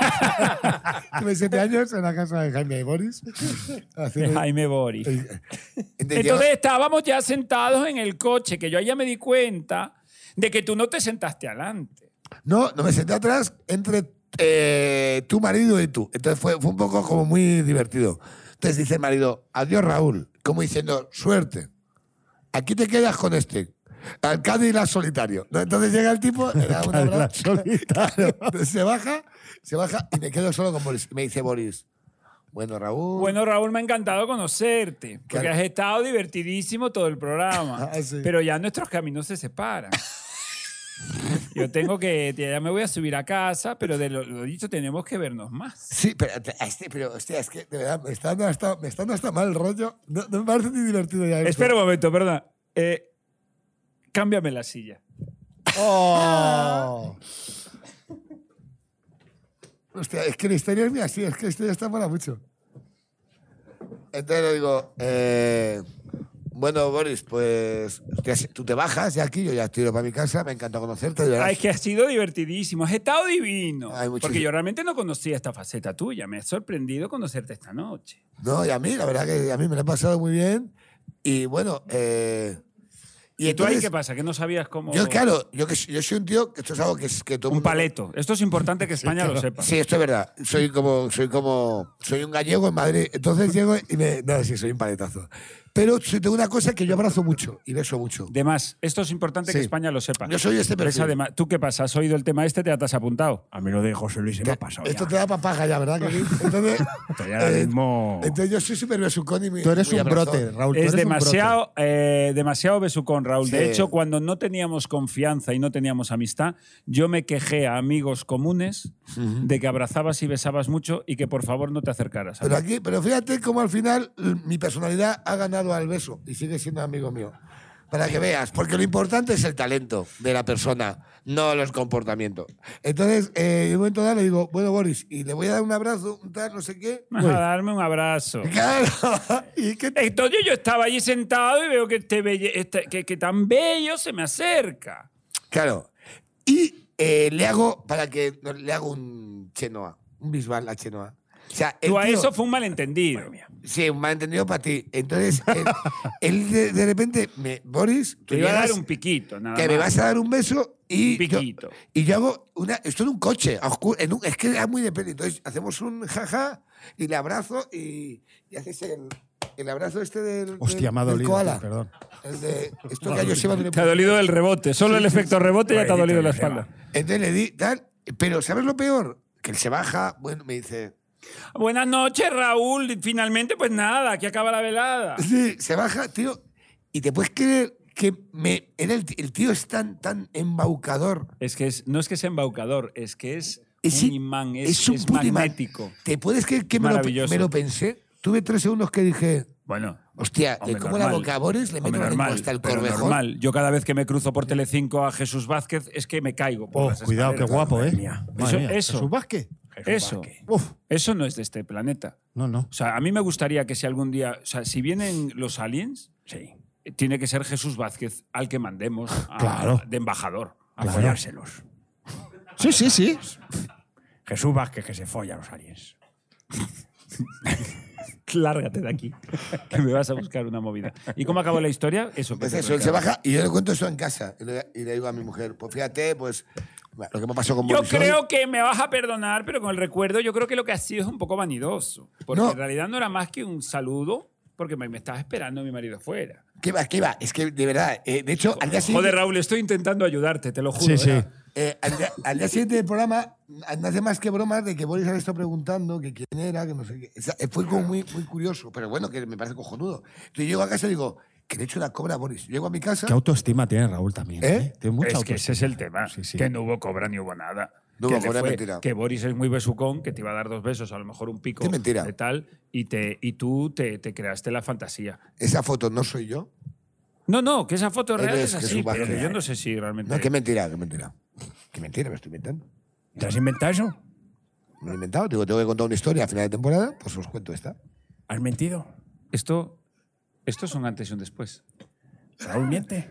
Tuve siete años en la casa de Jaime y Boris. De haciendo- Jaime Boris. entonces llegamos- Entonces estábamos ya sentados en el coche, que yo ahí ya me di cuenta de que tú no te sentaste adelante. No, no me senté atrás entre eh, tu marido y tú. Entonces fue, fue un poco como muy divertido. Entonces dice el marido, adiós Raúl, como diciendo, suerte. Aquí te quedas con este. Al Cadillac solitario. ¿no? Entonces llega el tipo, le da un Cadillac abrazo. Entonces se baja, se baja y me quedo solo con Boris. Y me dice Boris, bueno Raúl. Bueno, Raúl, me ha encantado conocerte, porque Claro. has estado divertidísimo todo el programa, Ah, sí. pero ya nuestros caminos se separan. Yo tengo que, ya me voy a subir a casa, pero de lo, lo dicho, tenemos que vernos más. Sí, pero, a este- pero hostia, es que de verdad Me está dando hasta, me está dando hasta mal rollo. No, no me parece ni divertido ya. esto. Espera un momento, perdón. Eh, cámbiame la silla. Oh. Hostia, es que la historia es mía, así, es que la historia está para mucho. Entonces le digo, eh, bueno, Boris, pues te- tú te bajas ya aquí, yo ya tiro para mi casa, me encanta conocerte. de verdad. Ay, es que ha sido divertidísimo, has estado divino. Ay, muchísimas- porque yo realmente no conocía esta faceta tuya, me ha sorprendido conocerte esta noche. No, y a mí, la verdad que a mí me lo he pasado muy bien. Y bueno, eh, ¿Y, tú ahí entonces, qué pasa? ¿Que no sabías cómo...? Yo, claro, yo, que, yo soy un tío, que esto es algo que, es- que todo Un mundo- paleto. Esto es importante que España lo sepa. Sí, esto es verdad. Soy como, soy como, soy un gallego en Madrid. Entonces llego y me, no, sí, soy un paletazo. Pero soy- tengo una cosa que yo abrazo mucho y beso mucho. De más, esto es importante que Sí. España lo sepa. Yo soy este Ves, perfil. además- ¿Tú qué pasa? ¿Has oído el tema este? ¿Te has apuntado? A mí lo de José Luis se me ha pasado. Esto ya. te da papaja ya, ¿verdad? Kevin? Entonces, Estoy ahora eh, mismo. entonces yo soy súper besucón y muy- Tú eres muy un abrazón. brote, Raúl. tú Es eres un brote. demasiado, eh, demasiado besucón, Raúl. Sí. De hecho, cuando no teníamos confianza y no teníamos amistad, yo me quejé a amigos comunes de que abrazabas y besabas mucho y que por favor no te acercaras. Pero aquí, pero fíjate cómo al final l- mi personalidad ha ganado al beso y sigue siendo amigo mío. Para que veas, porque lo importante es el talento de la persona, no los comportamientos. Entonces, eh, en un momento dado le digo, bueno, Boris, y le voy a dar un abrazo, un tal, no sé qué. Vas a darme un abrazo. Claro. ¿Y qué te- Entonces yo estaba allí sentado y veo que este, belle- este- que- que tan bello se me acerca. Claro. Y eh, le hago, para que le hago un chenoa, un bisbal a chenoa. O sea, el Tú a tío- eso fue un malentendido. Sí, un malentendido para ti. Entonces, él, él de, de repente, me, Boris, tú Te iba a dar llegas- un piquito, nada que me más. vas a dar un beso y Un yo, piquito. y yo hago una esto en un coche a oscu- en un- es que era muy de peli entonces hacemos un jaja y le abrazo y, y haces el, el abrazo este del Hostia, del- me ha del dolido, koala tío, perdón. El de- esto que a Joseba no le- Te ha dolido el rebote. Solo el efecto rebote ya te ha dolido la espalda. entonces le di tal pero sabes lo peor que él se baja bueno me dice Buenas noches, Raúl. Y Finalmente, pues nada, aquí acaba la velada. Sí, se baja, tío. Y te puedes creer que me, era el, el tío es tan, tan embaucador. Es que es, no es que sea embaucador, es que es, Es un i- imán, es, un es puto imán. magnético. ¿Te puedes creer que me lo, Maravilloso. me lo pensé? Tuve tres segundos que dije, Bueno. hostia, le hombre, como la normal. boca a Boris, le meto Hombre, la lengua normal, hasta el pero corvejón. normal. Yo cada vez que me cruzo por Telecinco a Jesús Vázquez es que me caigo. por Oh, las cuidado, qué escaleras. guapo, ¿eh? Madre mía. Madre Eso- mía, eso. Jesús Vázquez. Es un Eso. parque. Uf, eso no es de este planeta. No, no. O sea, a mí me gustaría que si algún día. O sea, si vienen los aliens. Sí. eh, Tiene que ser Jesús Vázquez al que mandemos a- Claro. de embajador. A follárselos. Sí, sí, sí. Jesús Vázquez que se folla a los aliens. Lárgate de aquí, que me vas a buscar una movida. ¿Y cómo acabó la historia? Eso. pues, que Es Pues te eso, él se contaba. baja y yo le cuento eso en casa. Y le, y le digo a mi mujer, pues fíjate, pues lo que me pasó con Yo Borisov. creo que me vas a perdonar, pero con el recuerdo yo creo que lo que ha sido es un poco vanidoso. Porque No. en realidad no era más que un saludo, porque me, me estaba esperando mi marido fuera. ¿Qué va, qué va? Es que de verdad, eh, de hecho, al día siguiente. Joder, Raúl, estoy intentando ayudarte, te lo juro. Sí, sí. ¿verdad? Eh, al, día, al día siguiente del programa, no hace más que bromas de que Boris ahora está preguntando que quién era, que no sé qué. O sea, eh, fue como muy, muy curioso, pero bueno, que me parece cojonudo. Entonces llego a casa y digo, que le he hecho una cobra a Boris. Llego a mi casa. Qué autoestima tiene Raúl también. ¿Eh? ¿eh? Tiene mucha Es que autoestima. ese es el tema, Sí, sí. que no hubo cobra ni hubo nada. No que, hubo le cobra, fue- mentira. que Boris es muy besucón, que te iba a dar dos besos, a lo mejor un pico Qué mentira. de tal, y, te, y tú te, te creaste la fantasía. Esa foto no soy yo. No, no, que esa foto real Eres es Jesús así, pero Vázquez. que yo no sé si realmente... No, qué mentira, qué mentira. Qué mentira, me estoy inventando. ¿Te has inventado eso? Me lo he inventado. Digo, tengo que contar una historia a final de temporada, pues os cuento esta. ¿Has mentido? Esto, esto es un antes y un después. Raúl miente.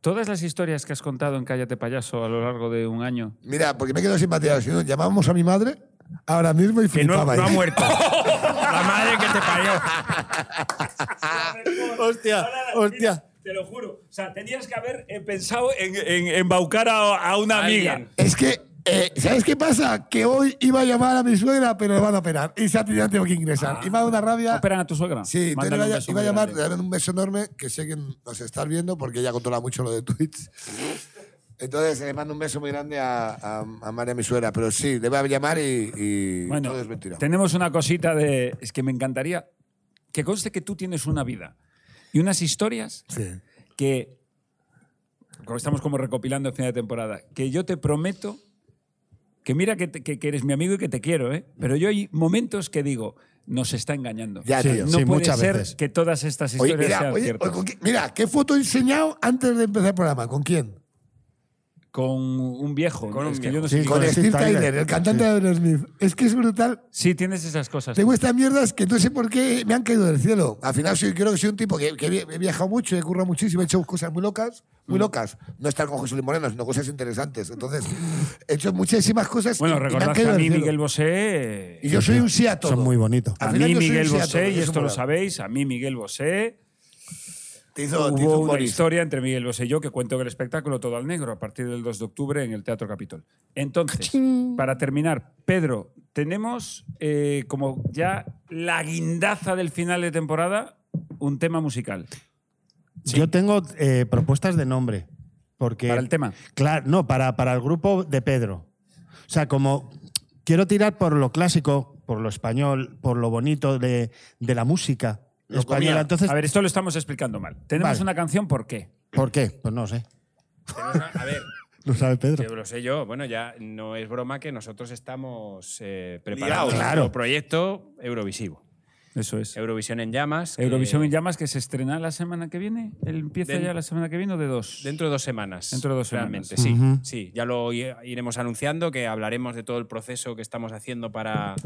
Todas las historias que has contado en Cállate Payaso a lo largo de un año. Mira, porque me quedo sin material. Si no, llamábamos a mi madre ahora mismo y Que no, flipaba. ¿eh? no ha ahí. muerto. La madre que te parió. Hostia, hostia. Te lo juro. O sea, tenías que haber eh, pensado en, en- en embaucar a, a una amiga. Alguien. Es que, eh, ¿sabes qué pasa? Que hoy iba a llamar a mi suegra, pero le van a operar. Y se ha tenido tengo que ingresar. y me ha dado una rabia. ¿Operan a tu suegra? Sí, entonces Ah. Mándale le iba, a- un beso iba a muy llamar, le grande. daré un beso enorme, que sé que nos estás viendo porque ella controla mucho lo de Twitch. Entonces le mando un beso muy grande a, a, a María, mi suegra. Pero sí, le voy a llamar y, y Bueno, todo es mentira. tenemos una cosita de. Es que me encantaría. Que conste que tú tienes una vida y unas historias Sí. que. como Estamos como recopilando a final de temporada. Que yo te prometo que mira que, te- que- que eres mi amigo y que te quiero, ¿eh? Pero yo hay momentos que digo, nos está engañando. Ya, tío. no sí, puede muchas ser veces. que todas estas Oye, historias mira, sean oye, ciertas. oye, ¿con qué- mira, ¿qué foto he enseñado antes de empezar el programa? ¿Con quién? Con un viejo. Con ¿no? un Es que viejo. yo no Sí, sé si- Con Con Steve Steve Tyler. Tyler, el cantante de Aerosmith. Es que es brutal. Sí, tienes esas cosas. Tengo estas mierdas que no sé por qué me han caído del cielo. Al final soy, creo que soy un tipo que, que he viajado mucho, he currado muchísimo, he hecho cosas muy locas, muy Mm. locas. No estar con José Luis Moreno, sino cosas interesantes. Entonces, he hecho muchísimas cosas Bueno, y- y me han recordad que caído a del mí cielo. Miguel Bosé. Y yo soy un sí a todo. Son muy bonitos. A Al final mí yo soy un Miguel sí a todo, Bosé, y eso esto lo mola. sabéis, a mí Miguel Bosé. Te hizo, te hizo hubo un una Boris. historia entre Miguel Bosé y yo que cuento en el espectáculo Todo al Negro a partir del 2 de octubre en el Teatro Capitol. Entonces, para terminar, Pedro, tenemos eh, como ya la guindaza del final de temporada un tema musical. Yo tengo eh, propuestas de nombre. Porque, Para el tema. Claro, no, para, para el grupo de Pedro. O sea, como quiero tirar por lo clásico, por lo español, por lo bonito de, de la música Lo española. comía. Entonces, A ver, esto lo estamos explicando mal. Tenemos Vale. una canción, ¿por qué? ¿por qué? Pues no sé. a ver, Lo sabe Pedro. Yo lo sé yo. Bueno, ya no es broma que nosotros estamos eh, preparando Liaos. nuestro Claro. proyecto Eurovisivo. Eso es. Eurovisión en llamas. que Eurovisión en llamas que se estrena la semana que viene. ¿El ¿Empieza Den- ya la semana que viene o de dos? Dentro de dos semanas. Dentro de dos semanas. realmente, Ujú. sí. Sí, ya lo i- iremos anunciando, que hablaremos de todo el proceso que estamos haciendo para,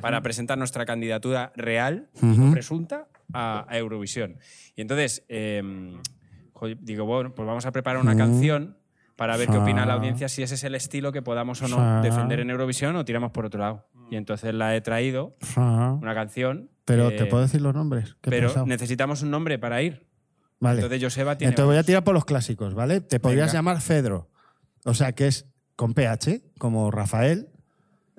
para presentar nuestra candidatura real, y no Ujú. presunta, a, a Eurovisión. Y entonces, eh, jo, digo, bueno, pues vamos a preparar una Ujú. canción para ver qué opina la Sa- audiencia, si ese es el estilo que podamos o no Sa- defender en Eurovisión o tiramos por otro lado. Y entonces la he traído, Ah. una canción. Pero eh, te puedo decir los nombres. ¿Qué he Pero pensado? necesitamos un nombre para ir. Vale. Entonces Joseba tiene... Entonces voy a tirar por los clásicos, ¿vale? Te podrías Venga. llamar Fedro. O sea, que es con PH, como Rafael.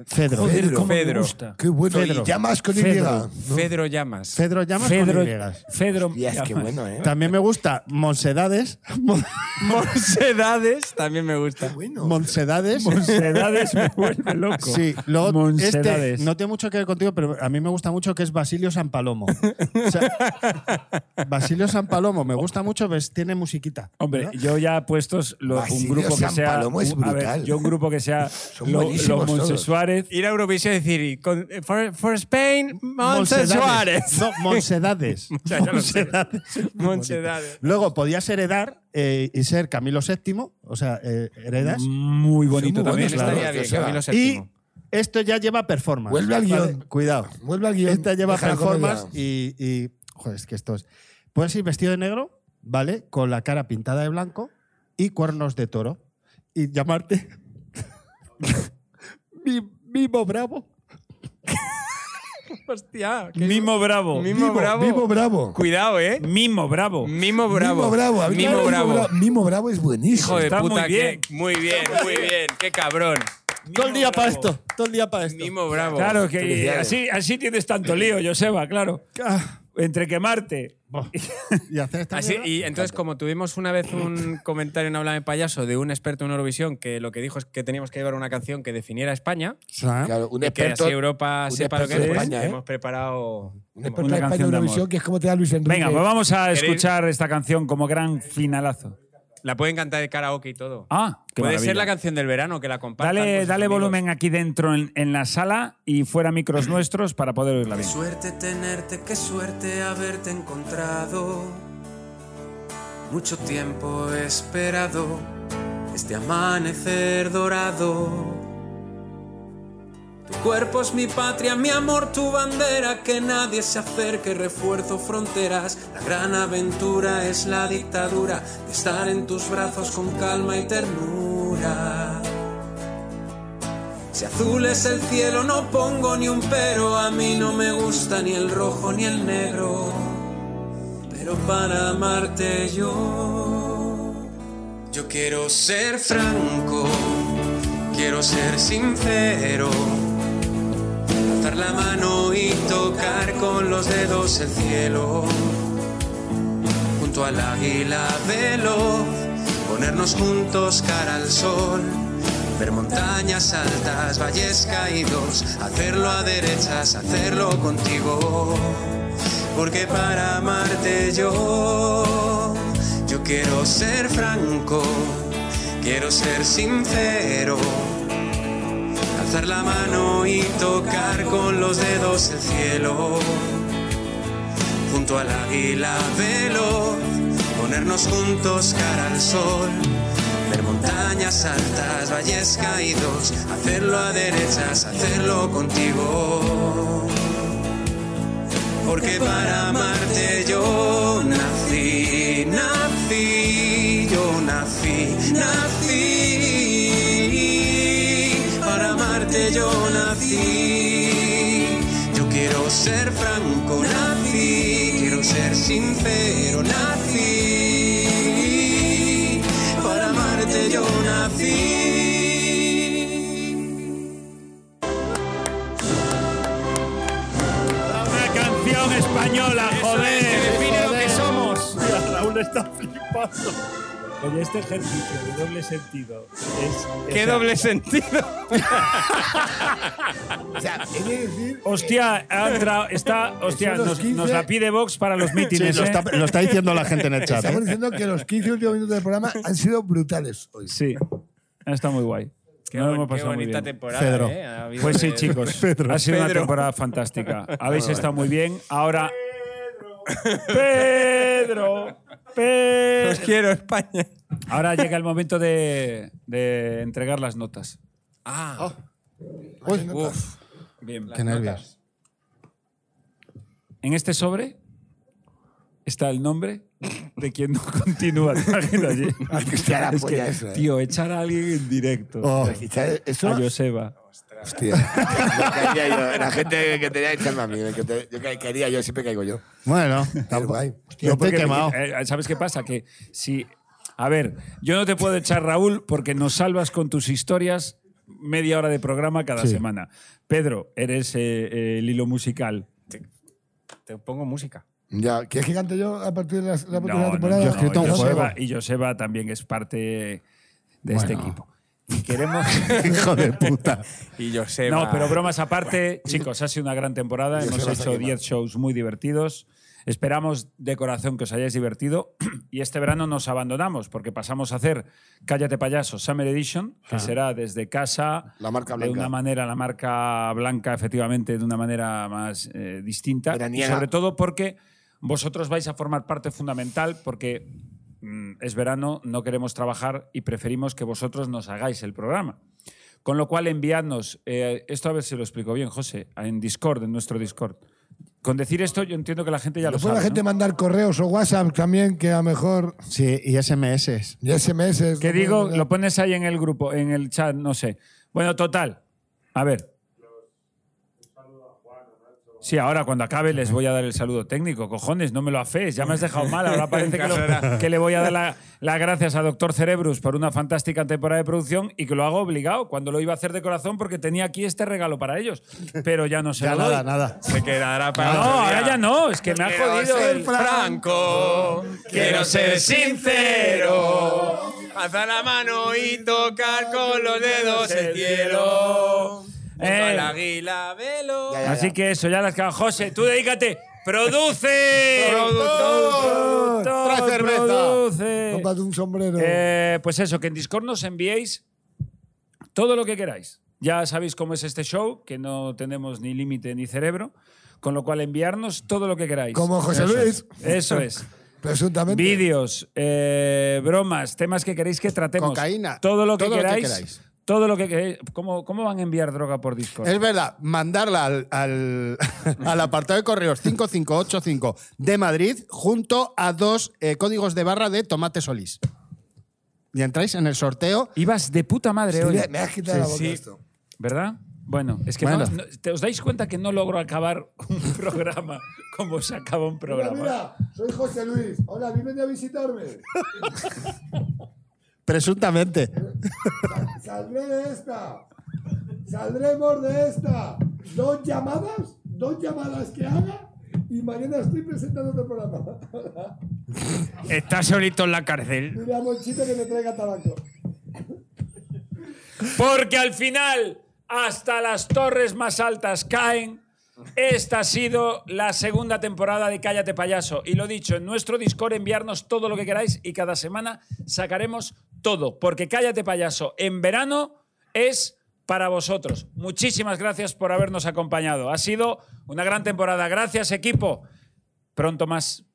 Fedro. Joder, Fedro. ¿cómo me Pedro. gusta. Qué bueno. Pedro. Y llamas con Y. Pedro. Fedro Llamas. Fedro llamas con Fedro, Y. Fedro Días, qué llamas. bueno, ¿eh? También me gusta Monsedades. Mon- Monsedades también me gusta. Monsedades. Monsedades me vuelve loco. Sí, luego este Monsedades. no tiene mucho que ver contigo, pero a mí me gusta mucho que es Basilio San Palomo. O sea, Basilio San Palomo me gusta mucho, ves, tiene musiquita. Hombre, ¿verdad? yo ya puestos lo- un Basilio grupo que San sea. Palomo es un- a ver, brutal. yo un grupo que sea lo- los buenísimos Monse todos. Suárez. Ir a Eurovisión y decir, y con- eh, for, for Spain, Monse Monsedades. Suárez. No, Monsedades. Ya, ya lo sé. Monsedades. Monsedades. Luego podías heredar eh, y ser Camilo VII, o sea, eh, heredas. Muy bonito Son muy también. buenos, Estaría claro, bien, Joseba. Camilo Y VII. Esto ya lleva performance. Vuelve al ¿vale? guión. Cuidado. Vuelve al guión. Esta lleva Deja la performance comedia. y, y- Joder, es que esto es. Puedes ir vestido de negro, ¿vale? Con la cara pintada de blanco y cuernos de toro. Y llamarte. Mi- Mimo Bravo. Hostia. qué- Mimo Bravo. Mimo Bravo. Mimo Bravo. Cuidado, ¿eh? Mimo Bravo. Mimo Bravo. Mimo Bravo. a mí Mimo claro, Bravo. Bra- Mimo Bravo es buenísimo. Hijo de Está muy puta. bien. Que, muy bien, muy bien. Qué cabrón. Todo el día para esto. Todo el día para esto. Mimo Bravo. Claro, que Felicidades. así, así tienes tanto lío, Joseba, claro. Ah, Entre quemarte. buah. y hacer Ah, esta Así, mierda. y entonces, como tuvimos una vez un comentario en Háblame Payaso de un experto en Eurovisión que lo que dijo es que teníamos que llevar una canción que definiera a España Claro, un y que experto, así Europa un sepa lo que es, experto de pues, España, ¿eh? hemos preparado... un experto de Una España canción en de Eurovisión, amor. que es como te da Luis Enrique. Venga, pues vamos a ¿Queréis? escuchar esta canción como gran finalazo. La pueden cantar de karaoke y todo. Ah, qué Puede maravilla. ser la canción del verano, que la compartan. con Dale, sus dale amigos. volumen aquí dentro en, en la sala y fuera micros nuestros para poder oírla bien. Suerte tenerte, qué suerte haberte encontrado. Mucho tiempo he esperado este amanecer dorado. Tu cuerpo es mi patria, mi amor, tu bandera, que nadie se acerque, refuerzo fronteras. La gran aventura es la dictadura de estar en tus brazos con calma y ternura. Si azul es el cielo no pongo ni un pero, a mí no me gusta ni el rojo ni el negro. Pero para amarte yo, yo quiero ser franco, quiero ser sincero. Alzar la mano y tocar con los dedos el cielo. Junto al águila veloz, ponernos juntos cara al sol. Ver montañas altas, valles caídos, hacerlo a derechas, hacerlo contigo. Porque para amarte yo, yo quiero ser franco, quiero ser sincero. Alzar la mano y tocar con los dedos el cielo. Junto al águila veloz, ponernos juntos cara al sol. Ver montañas altas, valles caídos, hacerlo a derechas, hacerlo contigo. Porque para amarte yo nací, nací, yo nací, nací. Para amarte yo nací. Yo quiero ser franco, nací, quiero ser sincero, nací. Para amarte yo nací. Una canción española, joder. define lo que somos. Raúl está flipando. Oye, este ejercicio de doble sentido es. ¡Qué doble sentido! O sea, he de decir, Hostia, ha entrado- está, hostia, Son los nos, 15. nos la pide Vox para los mítines. Sí, lo, ¿eh? está, lo está diciendo la gente en el chat. estamos ¿eh? diciendo que los 15 últimos minutos del programa han sido brutales hoy. Sí, está muy guay. Qué, Nos lo bon- hemos qué pasado muy bonita bien. temporada, Pedro. ¿eh? Ha habido Pues sí, de- chicos. Ha sido una Pedro. temporada fantástica. Habéis estado muy bien. Ahora. Pedro. Pedro. Os quiero, España. Ahora llega el momento de, de entregar las notas. Ah, Uf. Bien. Qué nervios. En este sobre está el nombre de quien no continúa. ¿Te imaginas? Hostia, la polla esa, ¿eh? tío, echar a alguien en directo. Oh, Eso, A Joseba. hostia. Lo que haría yo, la gente que tenía echarme a mí, que te- yo que caería yo, siempre caigo yo. bueno, Qué guay. yo te he quemado. Eh, ¿Sabes qué pasa? Que si. A ver, yo no te puedo echar, Raúl, porque nos salvas con tus historias media hora de programa cada Sí. semana. Pedro, eres eh, eh, el hilo musical. te pongo música. Ya, ¿Quieres que cante yo a partir de la, la próxima temporada? Yo he escrito un y Joseba- juego. Y Joseba también es parte de este Bueno. equipo. Y Queremos. Hijo de puta. Y yo sé. no, pero bromas aparte, chicos, ha sido una gran temporada. Joseba Hemos se ha hecho quemado. 10 shows muy divertidos. Esperamos de corazón que os hayáis divertido. Y este verano nos abandonamos porque pasamos a hacer Cállate Payaso Summer Edition, que será desde casa. Ah. La marca De una blanca. manera, la marca blanca, efectivamente, de una manera más eh, distinta. Y Veraniega. sobre todo porque vosotros vais a formar parte fundamental, porque mm, es verano, no queremos trabajar y preferimos que vosotros nos hagáis el programa. Con lo cual, enviadnos, eh, esto a ver si lo explico bien, José, en Discord, en nuestro Discord. Con decir esto, yo entiendo que la gente ya lo Puede sabe. la gente ¿no? mandar correos o WhatsApp también, que a lo mejor. Sí, y SMS. Y SMS. Que digo, lo pones ahí en el grupo, en el chat, no sé. Bueno, total. A ver. Sí, ahora cuando acabe les voy a dar el saludo técnico. Cojones, no me lo haces, ya me has dejado mal. Ahora parece que, lo- que le voy a dar la- las gracias a Doctor Cerebrus por una fantástica temporada de producción y que lo hago obligado, cuando lo iba a hacer de corazón porque tenía aquí este regalo para ellos. Pero ya no se Ya lo doy. nada, nada. Se quedará No, para otro día. ahora ya no, es que me ha Quiero jodido ser el Franco, quiero ser sincero. Alzar la mano y tocar con los dedos el cielo. Junto Eh. al águila, velo. Así que eso, ya las cago. José, tú dedícate. ¡Produce! Productor. Productor, Trae cerveza. produce. Cómprate un sombrero. Eh, pues eso, que en Discord nos enviéis todo lo que queráis. Ya sabéis cómo es este show, que no tenemos ni límite ni cerebro, con lo cual enviarnos todo lo que queráis. Como José Eso Luis. es. Eso es. Presuntamente. Vídeos, eh, bromas, temas que queréis que tratemos. Cocaína. Todo lo que, Todo lo que queráis, queráis. Todo lo que queráis. ¿Cómo, ¿Cómo van a enviar droga por Discord? Es verdad, mandarla al, al- al apartado de correos 5585 de Madrid junto a dos eh, códigos de barra de Tomate Solís. Y entráis en el sorteo. Ibas de puta madre hoy. me has quitado Sí, la boca sí. esto. ¿Verdad? Bueno, es que Bueno. no- no- te os dais cuenta que no logro acabar un programa como se acaba un Mira, programa. mira, soy José Luis. Hola, vine a visitarme. Presuntamente. Saldré de esta. Saldremos de esta. Dos llamadas, dos llamadas que haga y mañana estoy presentando otro programa. Está solito en la cárcel. Dile a Monchito que me traiga tabaco. Porque al final, hasta las torres más altas caen. Esta ha sido la segunda temporada de Cállate Payaso. Y lo dicho, en nuestro Discord enviarnos todo lo que queráis y cada semana sacaremos todo. Porque Cállate Payaso en verano es para vosotros. Muchísimas gracias por habernos acompañado. Ha sido una gran temporada. Gracias, equipo. Pronto más.